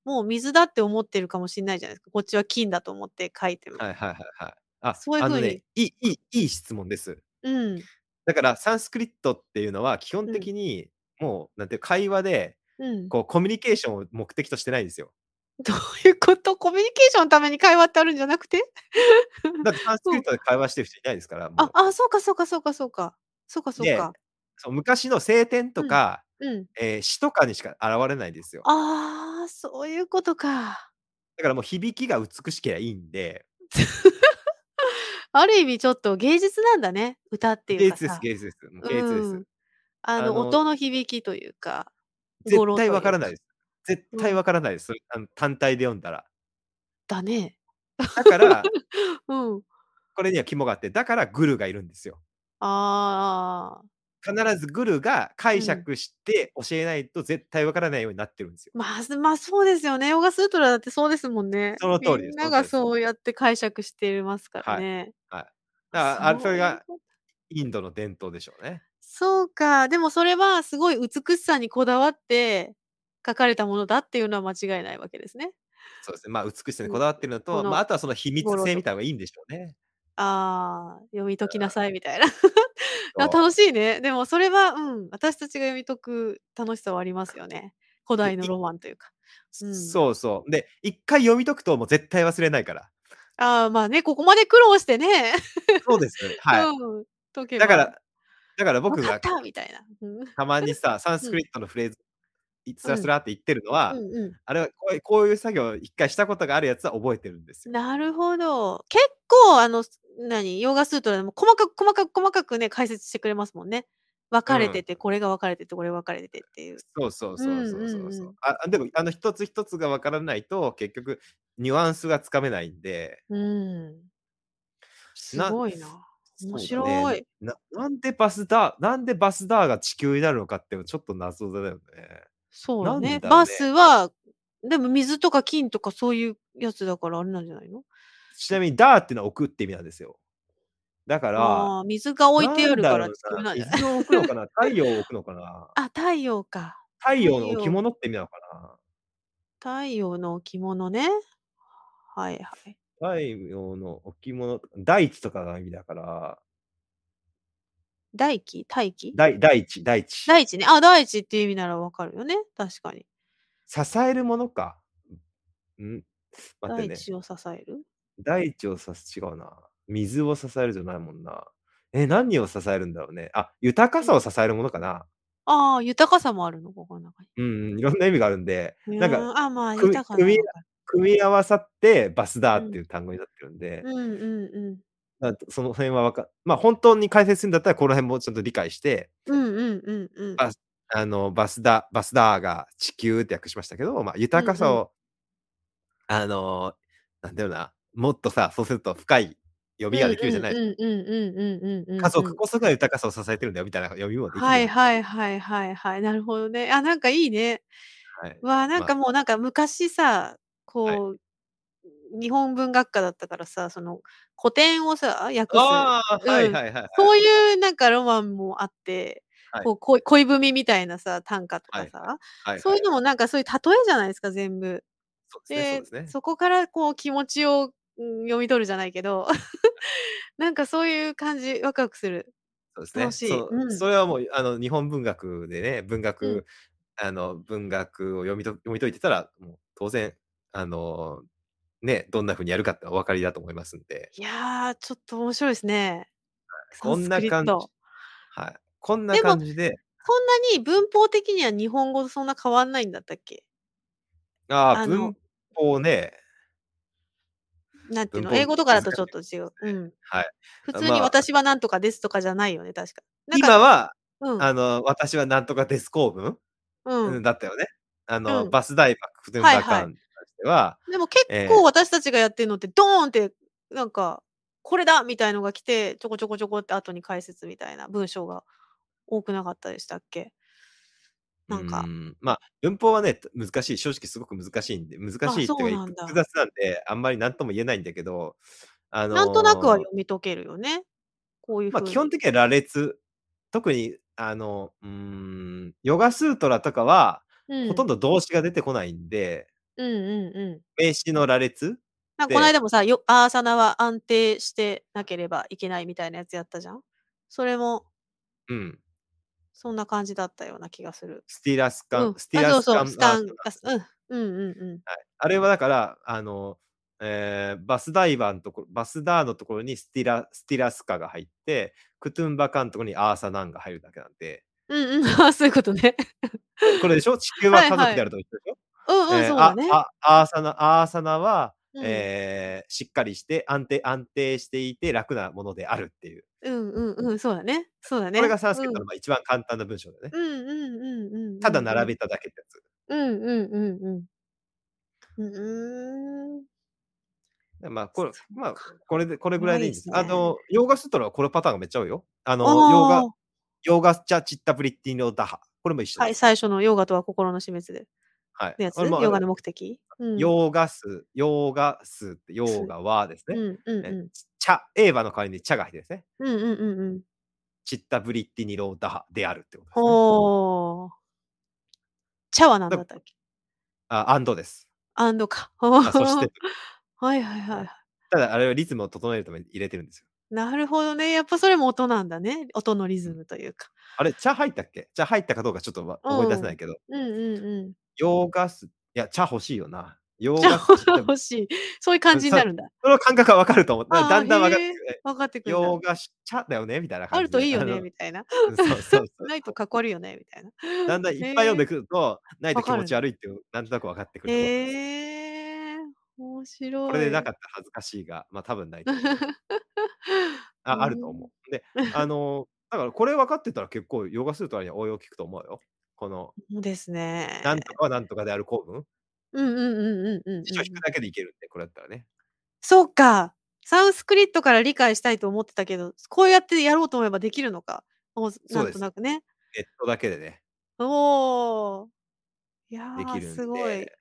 もう水だって思ってるかもしれないじゃないですか。こっちは金だと思って書いても。
はいはいはいはい。あ、
そういう
あ
ふうに
のね、いい、いい、いい質問です。
うん。
だからサンスクリットっていうのは基
う
本
ん
的にもう、なんていう会話で、
うん。ど
こう、コミュニケーションを目的としてないんですよ。
ういうことコミュニケーションのために会話ってあるんじゃなくて
だってサンスクリットで会話してる人いないですから、もう
あ、あ、そうか、そうか、そうか、そうか。そうか、そう
で
か。
そう昔の聖典とか、
うん。
えー詩とかにしか現れないんですよ。
ああ、そういうことか。
だからもう響きが美しけりゃいいんで、
ある意味ちょっと芸術なんだね。歌ってい
芸
うか
術で
さ
す、。芸術です。もう芸術です。
うんあの
あの
音の響きというか語呂
絶対
という
わからないです。絶対
うん
わからないです。それあの単体で読んだ ら。
だね。
だから、
うん。
これには肝があって、だからグルがいるんですよ。
ああ、
必ずグルが解釈して教えないと絶対わからないようになってるんですよ。
まあすまあそうですよね。ヨガスートラだってそうですもんね。
その通りです
みんなが
そ
そうやって解釈してますから
はい
ね。
だからあれそ
そう
れ
いう
が
こと
インドの伝統でしょうね。
そうか。でもそれはすごい美しさにこだわって書かれたものだっていうのは間違いないわけですね。
そうですね。まあ美しさに
うん
こだわってるのと、
この
まあ、あとはその秘密
語呂と
性みたいなのがいいんでしょうね。
ああ、読み解きなさいみたいな。
そ
あ
う
楽しいね。でもそれは、うん、私たちが読み解く楽しさはありますよね。古代の
い
ロマンというか。うん
そうそう。で、一回読み解くともう絶対忘れないから。
ああ、まあね、ここまで苦労してね。
そうです。は
うん、解
い。
けば
だから、だから僕
分か
が
ったみたいな。うん
たまにさ、サンスクリットのフレーズ、いスラスラって言ってるの
う
は、
んう
あれはこういうこういう作業を一回したことがあるやつは覚えてるんです
ん、
よ。
なるほど。結構、あの、す何、ヨガスートラでも細かく細かく細かくね、解説してくれますもんね。分かれてて、これが分かれてて、これが分かれててっていう。
そうそうそうそうそうそう、
うんうんうん
あ。でも、あの一つ一つがわからないと、結局、ニュアンスがつかめないんで、
うん。す
な
ごいな。
そうだ
面
ね
白い。
な。なんでバスダー、なんでバスダーが地球になるのかっていうのはちょっと謎だよね。
そうだ
な
ね。
んだろうね
バスは、でも水とか金とかそういうやつだからあれなんじゃないの
ちなみに、ダーっていうのは置くって意味なんですよ。だから、
ああー、水が置いてあるか
な
ら
んだ
地球
ろうな
なんじゃない
水を置くのかな太陽を置くのか な
あ、太陽か。
太陽の
太陽
置物って意味なのか
太陽の置物ね。はいはい。
な太陽の置物、大地とかが意味だから、
大気大気
大大地、大地。
大地ね。あ、大地っていう意味ならわかるよね。確かに。
支えるものか。ん待って
大
ね。
地を支える。
大地をさ違うな。水を支えるじゃないもんな。え、何を支えるんだろうね。あ、豊かさを支えるものかな。
ああ、豊かさもあるの、ここの中
うん、いろんな意味があるんで、
に。
なん
う
か、
あまあ、
組
豊かなの
組
か。
組み合わさってバスダーっていう単語になってるんで、
うんうんうん。
だからその辺はわか、まあ本当に解説するんだったら、この辺もちゃんと理解して、
うんうんうんうん。
ああの、バスダ、バスダーが地球って訳しましたけど、まあ豊かさを、あのー、なんだろうな、もっとさ、そうすると深い読みができるじゃない。
うんうんうんうんうんうんうん。
家族こそが豊かさを支えてるんだよみたいな読みもできる。
はいはいはいはいはい。なるほどね。あ、なんかいいね。
はい
わあ、なんか
ま
もうなんか昔さ、こう、日本文学科だったからさ、その古典をさ、訳す。
ああ、はい
うん
はいはいはい。
そういうなんかロマンもあって、
はい
こう恋恋文みたいなさ短歌とかさ、
はいはい
そういうのもなんかそういう例えじゃないですか全部。
そうですね。
で
そうですね。
そこからこう気持ちをうん読み取るじゃないけど なんかそういう感じワクワクする。
そうですね。
楽しい
そう
うん
それはもうあの日本文学でね文学、
うん
あの文学を読みと読み解いてたらもう当然あのねどんな風にやるかってお分かりだと思いますんで
いやーちょっと面白いですね。
こんな
サンスクリッ
感じ、
ト
はい、こんな
でも
感じで
そんなに文法的には日本語とそんな変わんないんだったっけ
あー
あの
文法ね
なんていうの
文法
英語とかだとちょっと違う。 うん。
はい。
普通
ま
に
あ
私はなんとかですとかじゃないよね、確か。なん
今
か、
は
うん
あの私はなんとかデス構文、
うん
うんだったよね。あの、
うん
バス大爆普天
はい
馬
はい
館に関しては、
でも結
え
構私たちがやってるのって、ドーンって、なんか、これだみたいのが来て、ちょこちょこちょこって後に解説みたいな文章が多くなかったでしたっけなんか
うーんまあ文法はね難しい正直すごく難しいんで難しいって
そ
いうう
な
か
んだ
複雑なんであんまり何とも言えないんだけど、あのー
なんとなくは読み解けるよね。こういうふう
まあ、
に。
基本的には羅列特にあのうーんヨガスートラとかは、
うん、
ほとん
ど。
ど動詞が出てこないんで
うんうんうん。
名詞の羅列
なんか
で
この間もさ、よアーサナは安定してなければいけないみたいなやつやったじゃんそれも、
うん
そんな感じだったような気がする。
スティラスカン、
うん、
スティラスカ
あ
ン
そうそうスタン
アート
あすうんうんうんうん
あれはだから、あの、えーバスダイバーのところ、バスダーのところにスティラ、スティラスカが入って、クトゥンバカンのところにアーサナンが入るだけなんで、
うんうん、 あそういうことね。
これでしょ地球は
はい
家
はい
族であると一緒でしょ、
うんうん、
えー
そうだね。
ああアーサナ、アーサナは、
うん
えーしっかりして安定、安定していて楽なものであるっていう。
うんうんうん、そうだね。そうだね。
これがサンスクリットのまあ一番簡単な文章だよね。
うんうんうんうんうん。
ただ並べただけってやつ。
うんうんうんうん。う
でまあ、これ、
そ
まあ、これで、これぐらいでいいんです。
うまい
あ
ですね
の、ヨーガストラはこのパターンがめっちゃ多いよ。あ
ーん。
の、ヨーガ
あ、
ヨーガチャチッタブリッティのダハ。これも一緒
ーは
で
い、
す。
最初のヨガとは心の死滅で。
はい。
のやつ
これもあの
ヨガの目的。うん、
ヨーガス、ヨーガスって、ヨーガはです
うん
ね。
うん
ね
う
茶、エーバの代わりに茶が入ってるんですね。
ん。うんうんうんうん。
チッタブリッティニローダハであるってことです、ね。
おー。茶は何だったっけ
あ、アンドです。
アンドか。
あそ して
はいはいはい。
ただ、あれはリズムを整えるために入れてるんですよ。
なるほどね。やっぱそれも音なんだね。音のリズムというか。
あれ、茶入ったっけ茶入ったかどうかちょっとわ
うん
思い出せないけど、
うんうんうん。
ヨーガス、いや、茶欲しいよな。ヨー
じゃ
ガ
あ
ス、チッタブリ
欲しい。そういう感じになるんだ。
その感覚はわかると思う。
あー
だんだんわかって
へー
くる。
分かってくるんだ
ヨーガス、茶だよねみたいな感じ
あ
で。
るといいよ
あ
ね、
の
みたいな。
うん そうそうそう。
ないとかっこ悪いよね、みたいな。
だんだんいっぱい読んでくると、ないと
わ
気
かる
持ち悪いっていう、なんとなく分かってくると思います。
へえー、面白い。
これでなかったら恥ずかしいが、まあ多分ない と思う。
う
あ
ん
あると思う。 で、あの、だからこれ分かってたら結構、ヨガスートラには応用聞くと思うよ。この、
そうですね。
なんとかはなんとかである構文、
うんうんうんうんうんうん。
辞書引くだけでいけるんで、これだったらね。
そうか。サンスクリットから理解したいと思ってたけど、こうやってやろうと思えばできるのか。もう
す
なんとなくね。
ネットだけでね、
おお。いや
でき
ー、
るん
すごい
で。、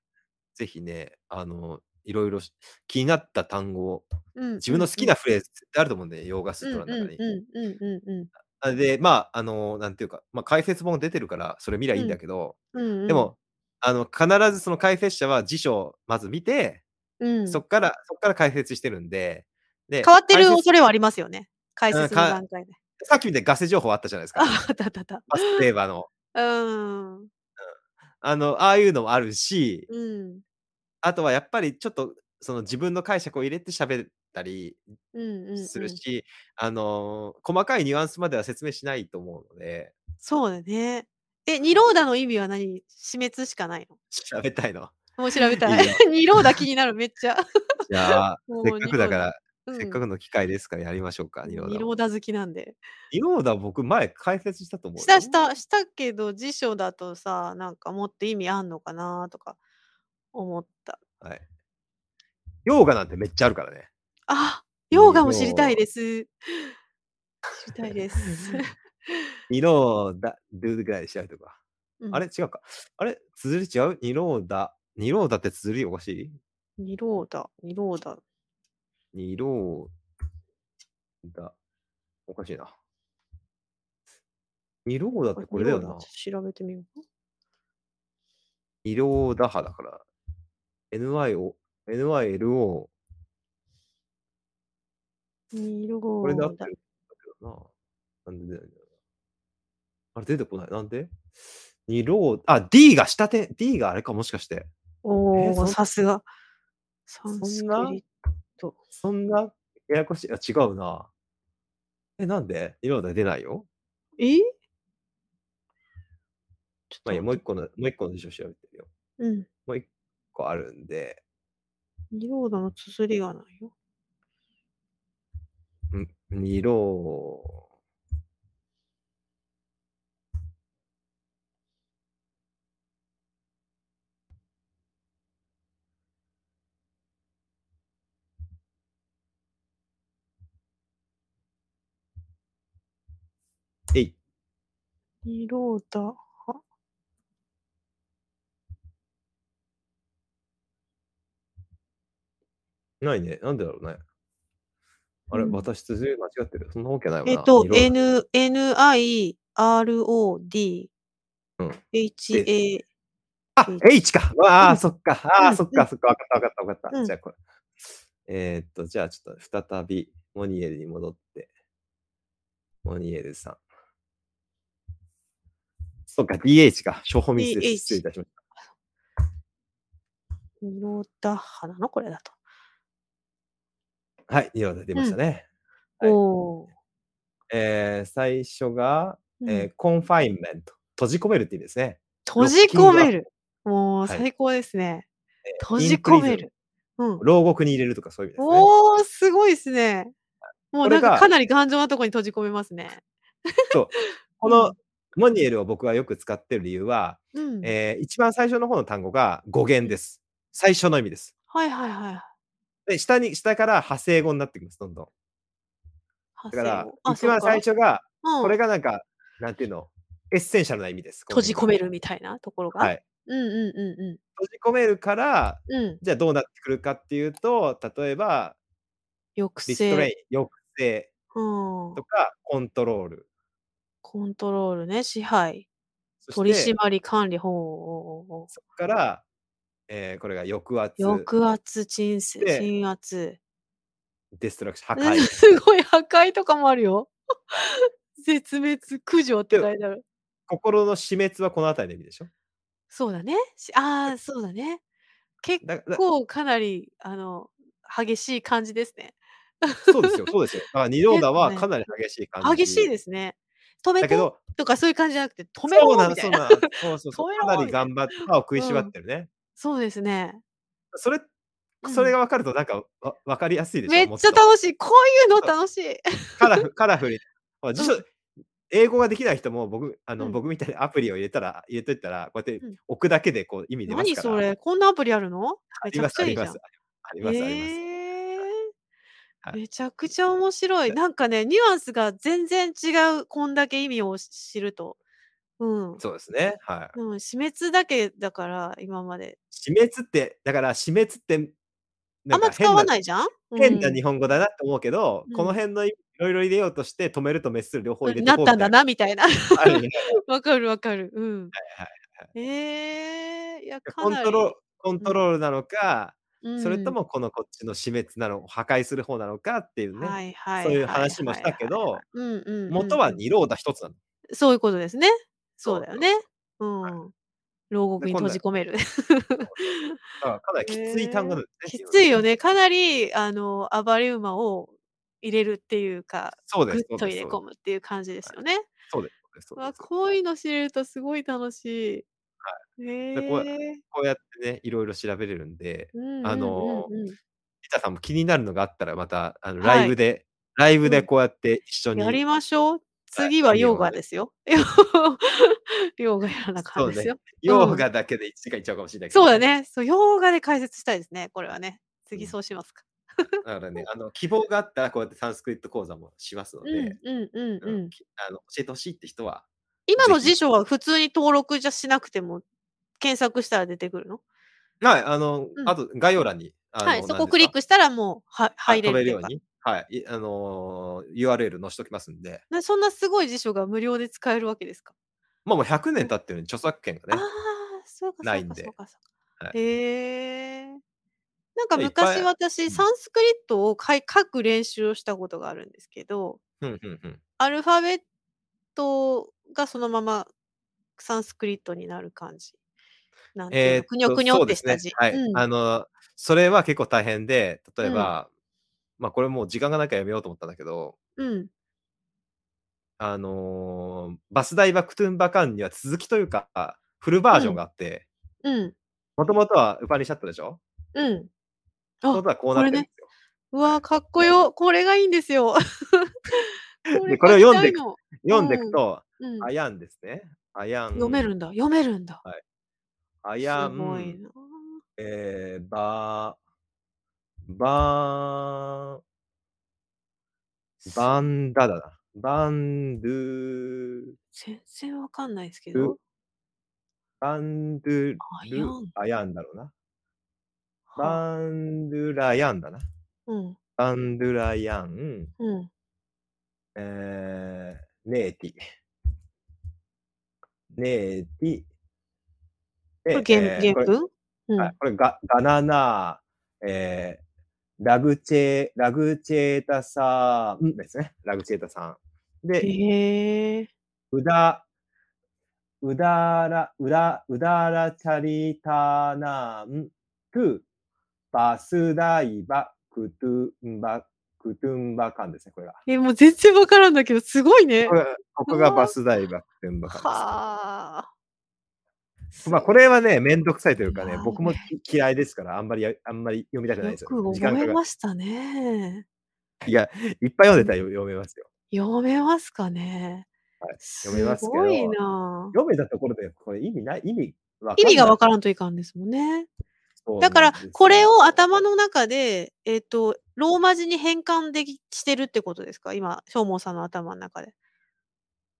ぜひね、あの、いろいろし気になった単語を、
うん
自分の好きなフレーズってあると思うんで、ヨガスートラの中に。
うんうんうんうん
あで、まあ、あの、なんていうか、まあ、解説本出てるから、それ見りゃいいんだけど、
うんうんうん。
でも、あの、必ずその解説者は辞書をまず見て、
うん、
そこから、そこから解説してるんで、で、
変わってる
解説
恐れはありますよね。解説の
か
段階で。
さっきみたいにガセ情報あったじゃないですか。
あ、あったあったあった。
バスレーバーの。
うん。
あの、ああいうのもあるし、
うん。
あとはやっぱりちょっと、その自分の解釈を入れて喋ったり
うんうん、うん。
するし、あのー細かいニュアンスまでは説明しないと思うので、
そうだね。え、二郎ダの意味は何死滅しかないの
調べたいの。
もう調べたい。
いいよ
二郎ダ気になる、めっ ちゃ。
じゃあ、
もう
せっかくだから、
二郎
せっかくの機会ですからやりましょうか、
うん
ニロー
二
ダも。
郎ダ好きなんで。
ニローダ僕前解説したと思うよ。
したしたしたけど辞書だとさなんかもっと意味あんのかなとか思った。
はい。ヨーガなんてめっちゃあるからね。
あヨガも知り
二郎
たいです。知りた いです。
ニローダ、ルールぐらいで調べておくわ。
うん
あれ違うか。あれ綴り違うニローダ。ニローダって綴りおかしい
二郎だ、二郎だ。
ニローダ。おかしいな。二郎だってこれだよな。
調べてみよう。
二郎打破だから。NYO、NYLO、
二郎
これで合って
だ
るんだけどな。なんで出ないんだろうな。あれ出てこない。なんで二郎、あ、D が下手、D があれかもしかして。え
お
ーそ
お、
ん
さすが。サンス
そ
ク
んな
リ
そんなややこしい。あ、違うな。え、なんで二郎だ出ないよ。
えち
まあいいや、もう
う。
一個の、もう一個の辞書調べてるよ。
うん。
もう一個あるんで、
二郎だの綴りがないよ。
ん二郎、えい。
二郎だは。
ないね。なんでだろうね。あれ、
うん
私、綴り間違ってる。そんなわけないわな。
えっと、
二郎
N、N-I-R-O-D、
うん
H-A、
あ、H か。わ
うん
あ、そっか。あ
うん
あ、そっか、そっか。わかった、わかった、わかっ
う
た。
ん
じゃあ、これ。えーっと、じゃあ、ちょっと再び、モニエルに戻って。モニエルさん。そっか、DH か。処方ミスです。
DH
失礼いたしまし
二郎だはなのこれだと。
た。はい、2話出ましたね。はい
おお。
えー最初が、
うん
えーコンファインメント。閉じ込めるって意味ですね。
閉じ込める。もう
はい
最高ですね。
えー
閉じ込め。
イン
る。うん
プリズン。牢獄に入れるとかそういう意味ですね。
おお、すごいですね。もうなん
これ
か
が
かなり頑丈なとこに閉じ込めますね。
この、モニエルを僕はよく使ってる理由は、
うん。
えー一番最初の方の単語が語源です。最初の意味です。
はいはいはい。
で、下に、下から派生語になってきます、どんどん。だ
だ
から、一番最、初が、
こ
これがなんか、なんていうの、エッセンシャルな意味です。
閉じ込め
る。
るみたいなところが。
はい。
うんうんうんう
閉じ込めるから、
ん。うん。
じゃあどうなってくるかっていうと、例えば、リ
抑
ストレイン、
制。
抑制
うん
と。か、コントロール。
コントロールね、支配。
そ
取
して
締、り管理法。
そこから、えーこれが抑圧、
抑圧、鎮静
で
鎮圧。
デストラクション、破壊。
すごい破壊とかもあるよ。 絶滅、駆除って書いてある。
心の死滅はこのあたりの意味でしょ
そうだね。しああ、そうだね。結
だだ
構かなり、あの、激しい感じですね。
そうですよ、そうですよ。だから二郎打 は
ですね
かなり激しい感じ。
激しいですね。止め
だけ
て
ど、
とかそういう感じじゃなくて、止め
そう
ろ
なの
みた
そ
いうな。
なのそうそうそ
止め
う。
ろ
かな
み
り
たい
頑張って、歯を食いしばってるね。
そうですね。
それ、
うん
それが分かると、なんか、わ分かりやすいでしょ。
めっちゃ
もと
楽しい。こういうの楽しい。
カラフカラフルに。辞書
う
英語ができない人も僕あの、
うん
僕みたいにアプリを入れたら入れといたらこうやって
うん
置くだけでこう意味出ます
何
から。
それこんなアプリあるの
あ
め
り
ちゃ
ま
く
す
ちゃ
あり
いい
ま
じゃん
す。あり
え
ますあります。
ー
はい
めちゃくちゃ面白い。なんかね、ニュアンスが全然違う、こんだけ意味を知ると。うん。
そうですね。はい。
うん、死滅だけだから、今まで。
死滅ってだから死滅って
あんま使わ
い
ないじゃん
変な
うん
日本語だなって思うけど、
うん
この辺のいろいろ入れようとして止めると滅する両方入れて
なったんだな、
み
みたいな。
たいなのがあるよね
わかるわかる。うん
はいは。
えー、いや、か
コン
なり
トロールコントロールなのか、それと
うん
もこのこっちの死滅なの破壊する方なのかっていうね、
はいはい
そういう
は
話もしたけ
はい
ど、
はいうんうんうん
元は二郎だ一つなの。
そういうことですね。そ
そ
う
う
だよね。うん。牢獄
で
に
今度
閉
は
じ込める。
だからかなりきつい単語なんです
き
ね。
ついよ
ね。
ね。かなり、あの、暴れ馬を入れるっていうか、
そうで
ぐ
す
っ。と入れ込
む。
むっていう感じですよね。
そうです。そうですそう
わ
です
こういうの知れるとすごい楽しい。へ
でこう
え。
こうやってね、いろいろ調べれるんで、
うん
あの
うんうんうん
リタさんも気になるのがあったら、またあの
はい
ライブで、ライブでこうやって一緒に。
やりましょう。次は
神
ヨ
を
ガ
ね
ですよ。 ヨガやらなあかんで すよ。
ヨーガだけで1時間いっちゃうかもしれないけど、
そうだね。そう、ヨガで解説したいですね。これはね。次
うん
そうしますか。
だからね、あの希望があったらこうやってサンスクリット講座もしますの
う
で、
んうんうんうん。
きあの教えてほしいって人は、
今の
ぜひ
辞書は普通に登録じゃしなくても検索したら出てくるの
はい、あの、
うん
あと概要欄に、あの
はい、
何
そこ
ですか
クリックしたらもうは
は
入
い
れ
飛
る
べる
と
よ
いう
う
か。
にはい、いあのー URL 載しときますんで、
なそんなすごい辞書が無料で使えるわけですか
まあもう100年経ってるんで著作権が
ああ
ね、、
そうか、
な
そ
いう
か、
んで
そうか、そう
は
か。
い
へえ。なんか
いっぱい
昔私、
ん
サンスクリットをかい書く練習をしたことがあるんですけど、
うんうんうん、
アルファベットがそのままサンスクリットになる感じ。なんていうの、
えーっ
くにょ
と
くにょ
そ
っ
う
て
で
し
す
た
ね
字。。
はい。
うん
あの、それは結構大変で、例えば、まあこれもう時間がなきゃやめようと思ったんだけど、
うん。
あのーバス代バクトゥンバカンには続きというか、フルバージョンがあって、
うん。
もともとはウパニシャットでしょ
うん。
もと
あ
もとはこうなってるんですよ。
うわーかっこよ。これがいいんですよ。 こ
でこれを読んで
書きたいの
読んでいくと、
うん
アヤンですね。アヤン。
読めるんだ。読めるんだ。
ア
す
ヤ
ごい
ン、
な。
えー、バー、バー、バンダだな。バンドゥ
全然わかんないですけ
ル
ど。
バンドゥル
アヤン
アヤンだろうな。
はあ
バンドゥラヤンだな。
うん。
バンドゥラヤン、
うん。
えー、ネーティ。ネーティ。
こ
で
れ
え
原,、
ー
原
これ
文うん、
はい、これガガナナー、えー、ラグチェ、ラグチェータさんですね。ラグチェータさん。で、
へえ。
ウダ、ウダラ、ウダ、ウダラチャリタナン、トゥ、バスダイバ、クトゥンバ、クトゥンバカンですね、これが。
え、もう全然わからんだけど、すごいね。
こ
は
れここがバスダイバ、クトゥンバカン
あ。
です。まあ、これはね、めんどくさいというか
まあ
ね
ね、
僕もき嫌いですから、あんまりや、あんまり読みたくない
よ
ですよ。
く
時間か
覚え
かる
ましたね。
いや、いっぱい読んでたら読めますよ。
読めますかね。
はい
す
読めますけど
ごいな。
読めたところで、これ意味ない、意味わか
意
んない
味がわからんといかんですもんね。
そうな
だ
ん
から
ですよ
これを頭の中で、えっとローマ字に変換できしてるってことですか今正門さんの頭の中で。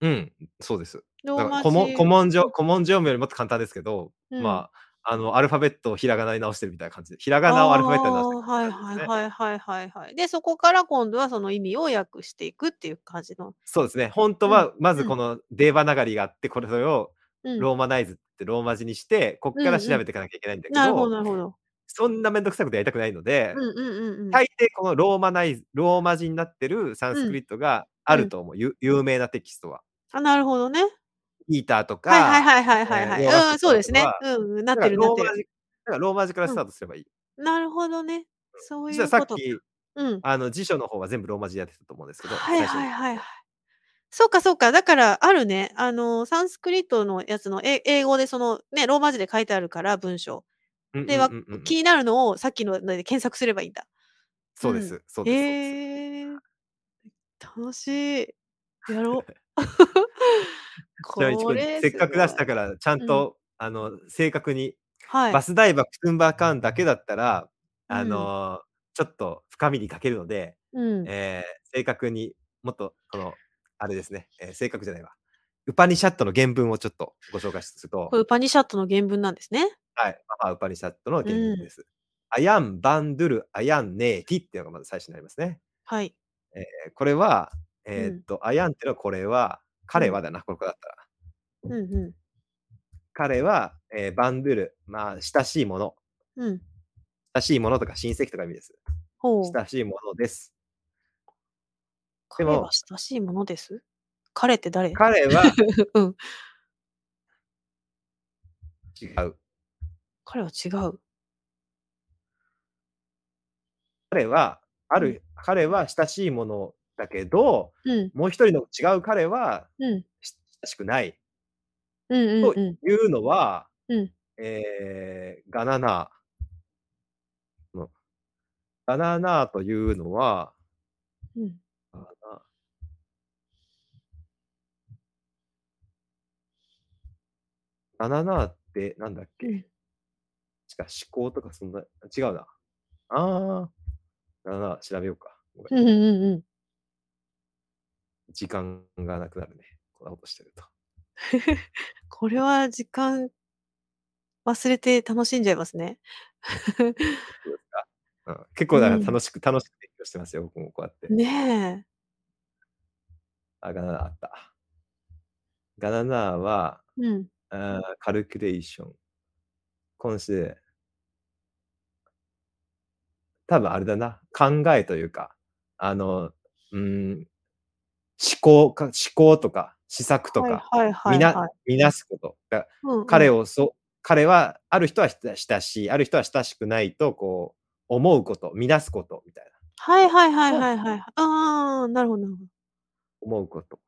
うん、そうです。
ロ
だか
ーマ
ら
字
古文古文書、古文書読むよりもっと簡単ですけど、
うん
まあ、あの、アルファベットをひらがなに直してるみたいな感じで、ひらがなをアルファベットに直してるみた
あ
い
ー
な感
は
じ
い
ですね。
はいはいはいはいはい。でそこから今度はその意味を訳していくっていう感じの。
そうですね。本当は、まずこのデーバ流りがあって、これを
うん、
ローマナイズってローマ字にして、こっから調べていかなきゃいけないんだけ
なるほ
ど、
どなるほど。
そんなめんどくさいことやりたくないので
う、んうんうんうん。
大抵このローマナイズ、ローマ字になってるサンスクリットがあると思う。ゆ有名なテキストは。
あなるほどね。
ギーターとか、
はいはいはいはいはい、
えー洋楽
はい。うんそうですね
とか。
うんうんなっ
だから
てるなっ
ロ
て
ーマ
る。
字だからローマ字からスタートすればいい。
なるほどね。そう
そし
い
たら
う
さ
こ
っ
とか。
き
うん。
あの辞書の方は全部ローマ字でやってたと思うんですけど、
はい
最初に
はいはいはい。そうかそうか。だからあるね。あの、サンスクリットのやつのえ英語でそのね、ローマ字で書いてあるから文章。
うんうん
で、わ
うんうんうん
気になるのをさっきので検索すればいいんだ。
そうで
う
す、そうです。そうです
へえー。楽しい。やろう。
ちなみに
これ
せっかく出した
ら。
から、ちゃんと、あの正確に、
はい。
バスダイバー、クトゥンバーカーンだけだったら、あ
うん
のーちょっと深みに欠けるので、
うん、
えー正確にもっと、この、あれですね、えー正確じゃないわ。ウパニシャットの原文をちょっとご紹介すると
こ、れウパニシャットの原文なんですね。
はい、マハウパニシャットの原文です。アヤン・バンドゥル・アヤン・ネーティっていうのがまず最初になりますね。
はい。
えこれは、
う
え
ん
ーっと、アヤンっていうのはこれは、彼はだな、ここだったら。
うんう
彼は、えーバンドゥル、まあ、親しいもの。
ん。うん。
親しいものとか親戚とか意味です。
ほう。
親しいものです。で
彼
も
は親しいものです。彼って誰
彼は
うん。
違う。
彼は違う。
彼は、ある、
うん
彼は親しいものだけど、
うん。
もう一人の違う彼は
うん。
し親しくない。
うんうんうん。
いうのは、
うん
えーガナナーの。ガナナーというのは、
うん
ガナガナナーってなんだっけ、
うん
しか思考とかそんな、違うな。あー、ガナナー調べようか。ごめん
うんうんうん。
時間がなくなるね。こんなことしてると。
これは時間忘れて楽しんじゃいますね。
うん結構だから
うん
楽しく、楽しくて強してますよ、僕もこうやって。
ねえ。
あ、ガナナあった。ガナナは、
うん。
ああ、カルキュレーション。今週多分あれだな、考えというか、あの、うーん、思考か思考とか、施策と
はい
か、
はいは
み
い
な
はい。
みなすこと。だ
うんう
彼
ん。
をそ彼は、ある人はひた親しい、ある人は親しくないと、こう、思うこと、みなすことみたいな。
はいはいはい
うん。
はいはい。ああ、なるほどなるほど。
思うこと。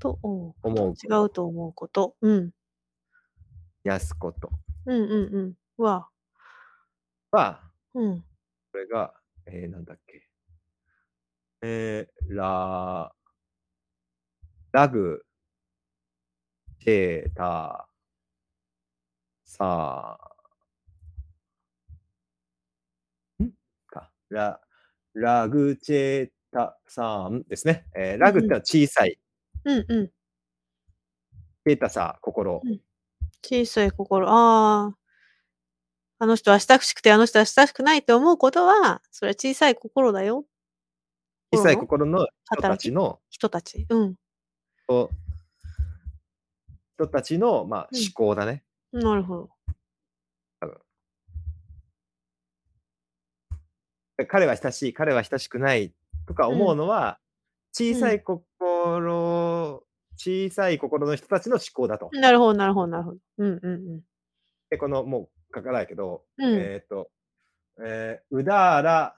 と
と思うこと、
思う
違
こと。
うと思うこと。うん。
やすこと。
うんうんうん。は。
は
うん。
これが、ええ、なんだっけ。ええ、ららぐてたさん？か、らラグチェタさんですね。ええ、
う
ラ
ん
グっ
う
て
ん。
のは小さい。
うんうん。
てたさ、心。
うん。小さい心、ああ。あの人は親しくて、あの人は親しくないと思うことは、それは小さい心だよ。
小
心
さい
の
心の人た
働
ち
き？
の
人たち。うん。
を人たちの、まあ、
う
思
ん。
考だね。
なるほど。
多分。で、彼は親しい、彼は親しくないとか
う。
思うんのは、小
う
さ
ん。
い心小さい心の人たちの思考だと。
なるほどなるほどなるほど。うんうんうん。
で、このもう書かないけど、
うん。
えっと、ええ、ウダーラ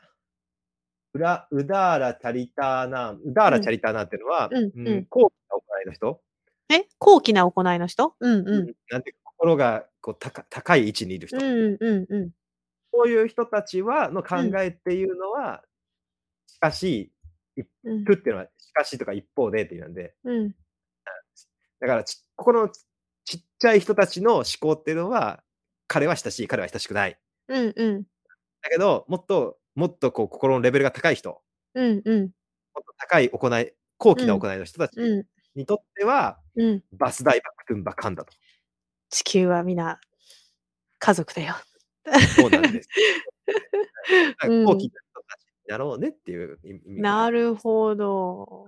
ウラウダーラチャリターナン、ウダー
う
ラチ
ん。
ャリターナンってのは、
うん
う、
うんん。
高貴な行いの人。
え、高貴な行いの人？う
う
んうん。
ん、なんていうか、心がこうたか高い位置にいる
う
人。
んうんうん。
そういう人たちはの考
うん。
えっていうのは、しかし、いく
うん。
っていうのは、しかしとか一方でっていうなんで。
うん。
だからちここのちちっちゃい人たちの思考っていうのは、彼は親しい、彼は親しくない。
うんうん。
だけど、もっともっとこう心のレベルが高い人
うんうん。
もっと高い行い、高貴
う。
なん行いの人たち
うん。
にとっては、
うん。
バスダイバクトゥンバカンだと。
地球は皆家族だよ。
そうなんです。だから
う
高貴
ん。
な人たちになろうねっていう意味意味が込め
な
られて
る
ます。
ほど。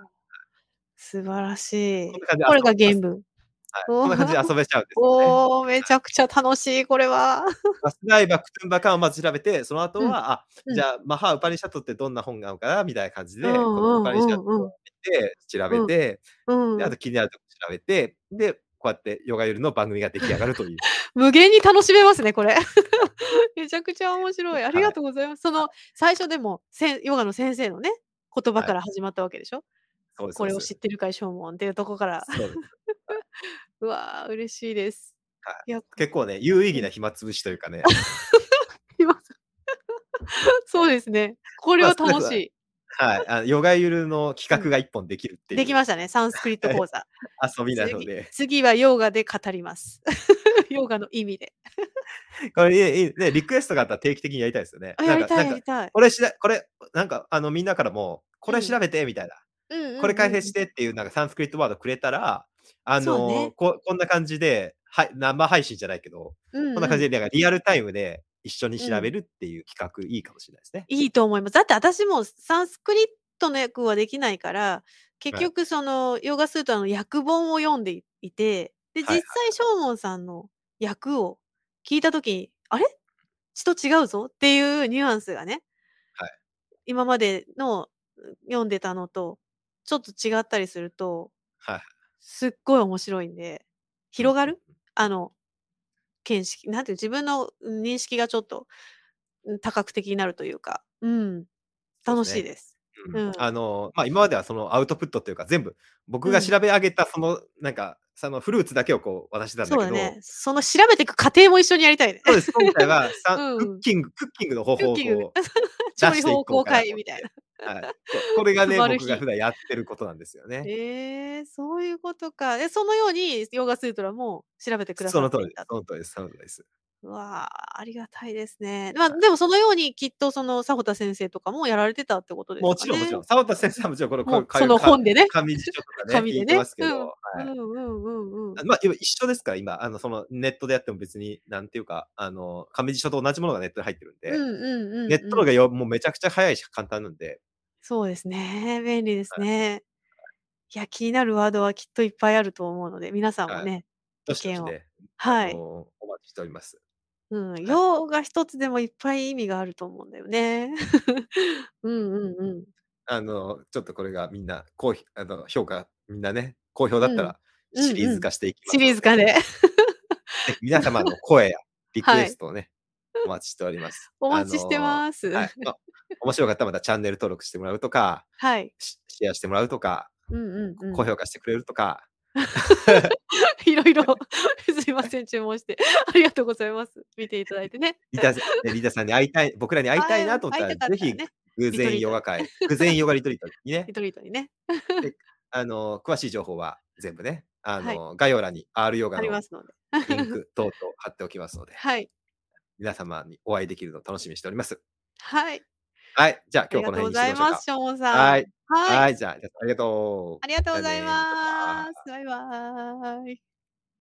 素晴らし
こ
い。
んな感じで
これ
遊
が
べま
原
す。
文。
はい、
お
こんな感じで遊べちゃうんですよね。
お、おお、めちゃくちゃ楽しい、これは。
バスダイバクトゥンバカンをまず調べて、その後
うん、
は、あ、
う
じ
ん。
ゃあ、マハ・ウパニシャトってどんな本なのかなみたいな感じ
う
で、このウ
ん
パ
う
ニシャト
んうんうん。
を見て、調べ
うん。
て、で、
う
あ
ん。
と気になるとこ調べて、で、こうやってヨガヨルの番組が出来上がると いう。
無限に楽しめますね、 これ。
はい。
めちゃくちゃ面白い。あり
はい。
がとうございます。その、最初でも、せんヨガの先生のね、言葉
は
か
い。
ら始まったわけでしょ？
そうですそ
こ
う
れ
で
を
す。
知ってるかい、しょうもんっていうとこから。
そうです。はい。
うわ、嬉しいです。
はい。
いや、こ
結構ね、有意
う
義
ん。
な暇つぶしというか ね。
暇つ そうですね。これ
まあ、
は
少なく
楽
は
しい。
はい、あの、ヨガヨルの
う
企画
ん。
が1本できるって
で
い
き
う。
ましたね、サンスクリット
はい。
講座。
遊びなの
次
で。
次はヨガで語ります。 ヨガの意味で。
これ、いいいいね、リクエストがあったら定期的にやりたいですよね。
あ、
な
や
ん
り
か
た
なん
いや
か、
りたい。
これしらこれ、なんか、あの、みんなからも、こ
う
れ
ん。
調べてみたいな。
うん
これ
うん
解
うん
説
う
し
ん。
てっていうなんかサンスクリットワードくれたら、あ
そう
の、
ね。
ここんな感じで、はい、生配信じゃないけど、
う
こん
ん
な
う
感じ
ん。
でなんかリアルタイムで一緒に
う
調べ
ん。
るっていう企画いいかもしれないですね。
いいと思います。だって私もサンスクリットの訳はできないから、結
はい。
局そのヨガスートラの訳本を読んでいて、
は
で、
いはい
実際
は
し
い。
ょうもんさんの訳を聞いた時に、あれ？ちと違うぞっていうニュアンスがね。
はい。
今までの、う読んでたのと、ちょっと違ったりすると、
はい。
すっごい面白いんで、
うん、
広が
ふん
る？
ふん。
あの、見識なんていう、自分の認識がちょっと、うん、多角的になるというか、う
そう
ん。
で
楽
す
しい
ね。
です。
う。
うんん。
あの、ま、今まではそのアウトプットというか、全部僕
う
が
ん。
調べ上げたその、なんか、そのフルーツだけをこう渡してたんだ
そう
け
だね。
ど
その調べてく過程も一緒にやりたいね。
そうです、今回はさ
う
クッ
ん。
キングクッキングの方
クッ
法を
キングで
こう 出
調理
してい
法
こう
公
かな
開
と
みたいな。
思って。はい。ここれがね、
配る
僕が普
日。
段やってることなんですよね。
ええ、そういうことか。え、そのようにヨガスートラも調べてくだ
そ
さ
の
っ
通
て
り
い
です
た
そ
と。
の通りですその通りです。
うわ、ありがたいですね。まあ、でもそのようにきっとその迫田先生とかもやられてたってことですかね。
もちろん、もちろん。澤田先生はもちろん、この、
もう
こ
その本でね。
紙辞書とかね、
紙でね
言ってますけど、
う
はい
んうんうんうん。
まあ、要は一緒ですから、今、あの、そのネットでやっても別に、なんていうか、あの、紙辞書と同じものがネットに入ってるんで、
うんうんうんうん
ネットの方がよもうめちゃくちゃ早いし簡単なんで、
そうですね。便利ですね。いや、気になるワードはきっといっぱいあると思うので、皆さんもね、
どしどし
意見を
で、
は
あ
い。
のお待ちしております。
うん、用が一つでもいっぱい意味があると思うんだよね。 うんうんうん。
あの、ちょっとこれがみんな、高評あの評価、みんなね、好評だったら、
うんうん
シリーズ化していきます、
シリーズ化で。
ぜひ皆様の声やリクエストをね、お待ちしております。
お待ちして
す。
ます。
はいまあ面白かったらまたチャンネル登録してもらうとか、
はい。
シシェアしてもらうとか、
うんうんうん。
高評価してくれるとか、
いろいろ すいません注文してありがとうございます見ていただいてね
リーダーさんねリーダーさんに会いたい、僕らに会いたいなと思った
会
ら、
いた
ぜ
かったら
ひ
ね
偶然ヨガ会、偶然ヨガリトリートにね
リ、トリートにね
あの、詳しい情報は全部ね、あの、概要欄に R ヨガ
あ
の
り
リン
ますので
ク等々貼っておきますので、
はい
皆様にお会いできるのを楽しみにしております。
はい
はい、じゃあ
あ
今
り
日
が
ことの辺に
うご
し
ざ
て
い
おきましょう
ま
か
す。しょうもさん
はい、
はい
はい、じゃあ、ありがとう。
ありがとうござい
じゃあね
ますバイバイ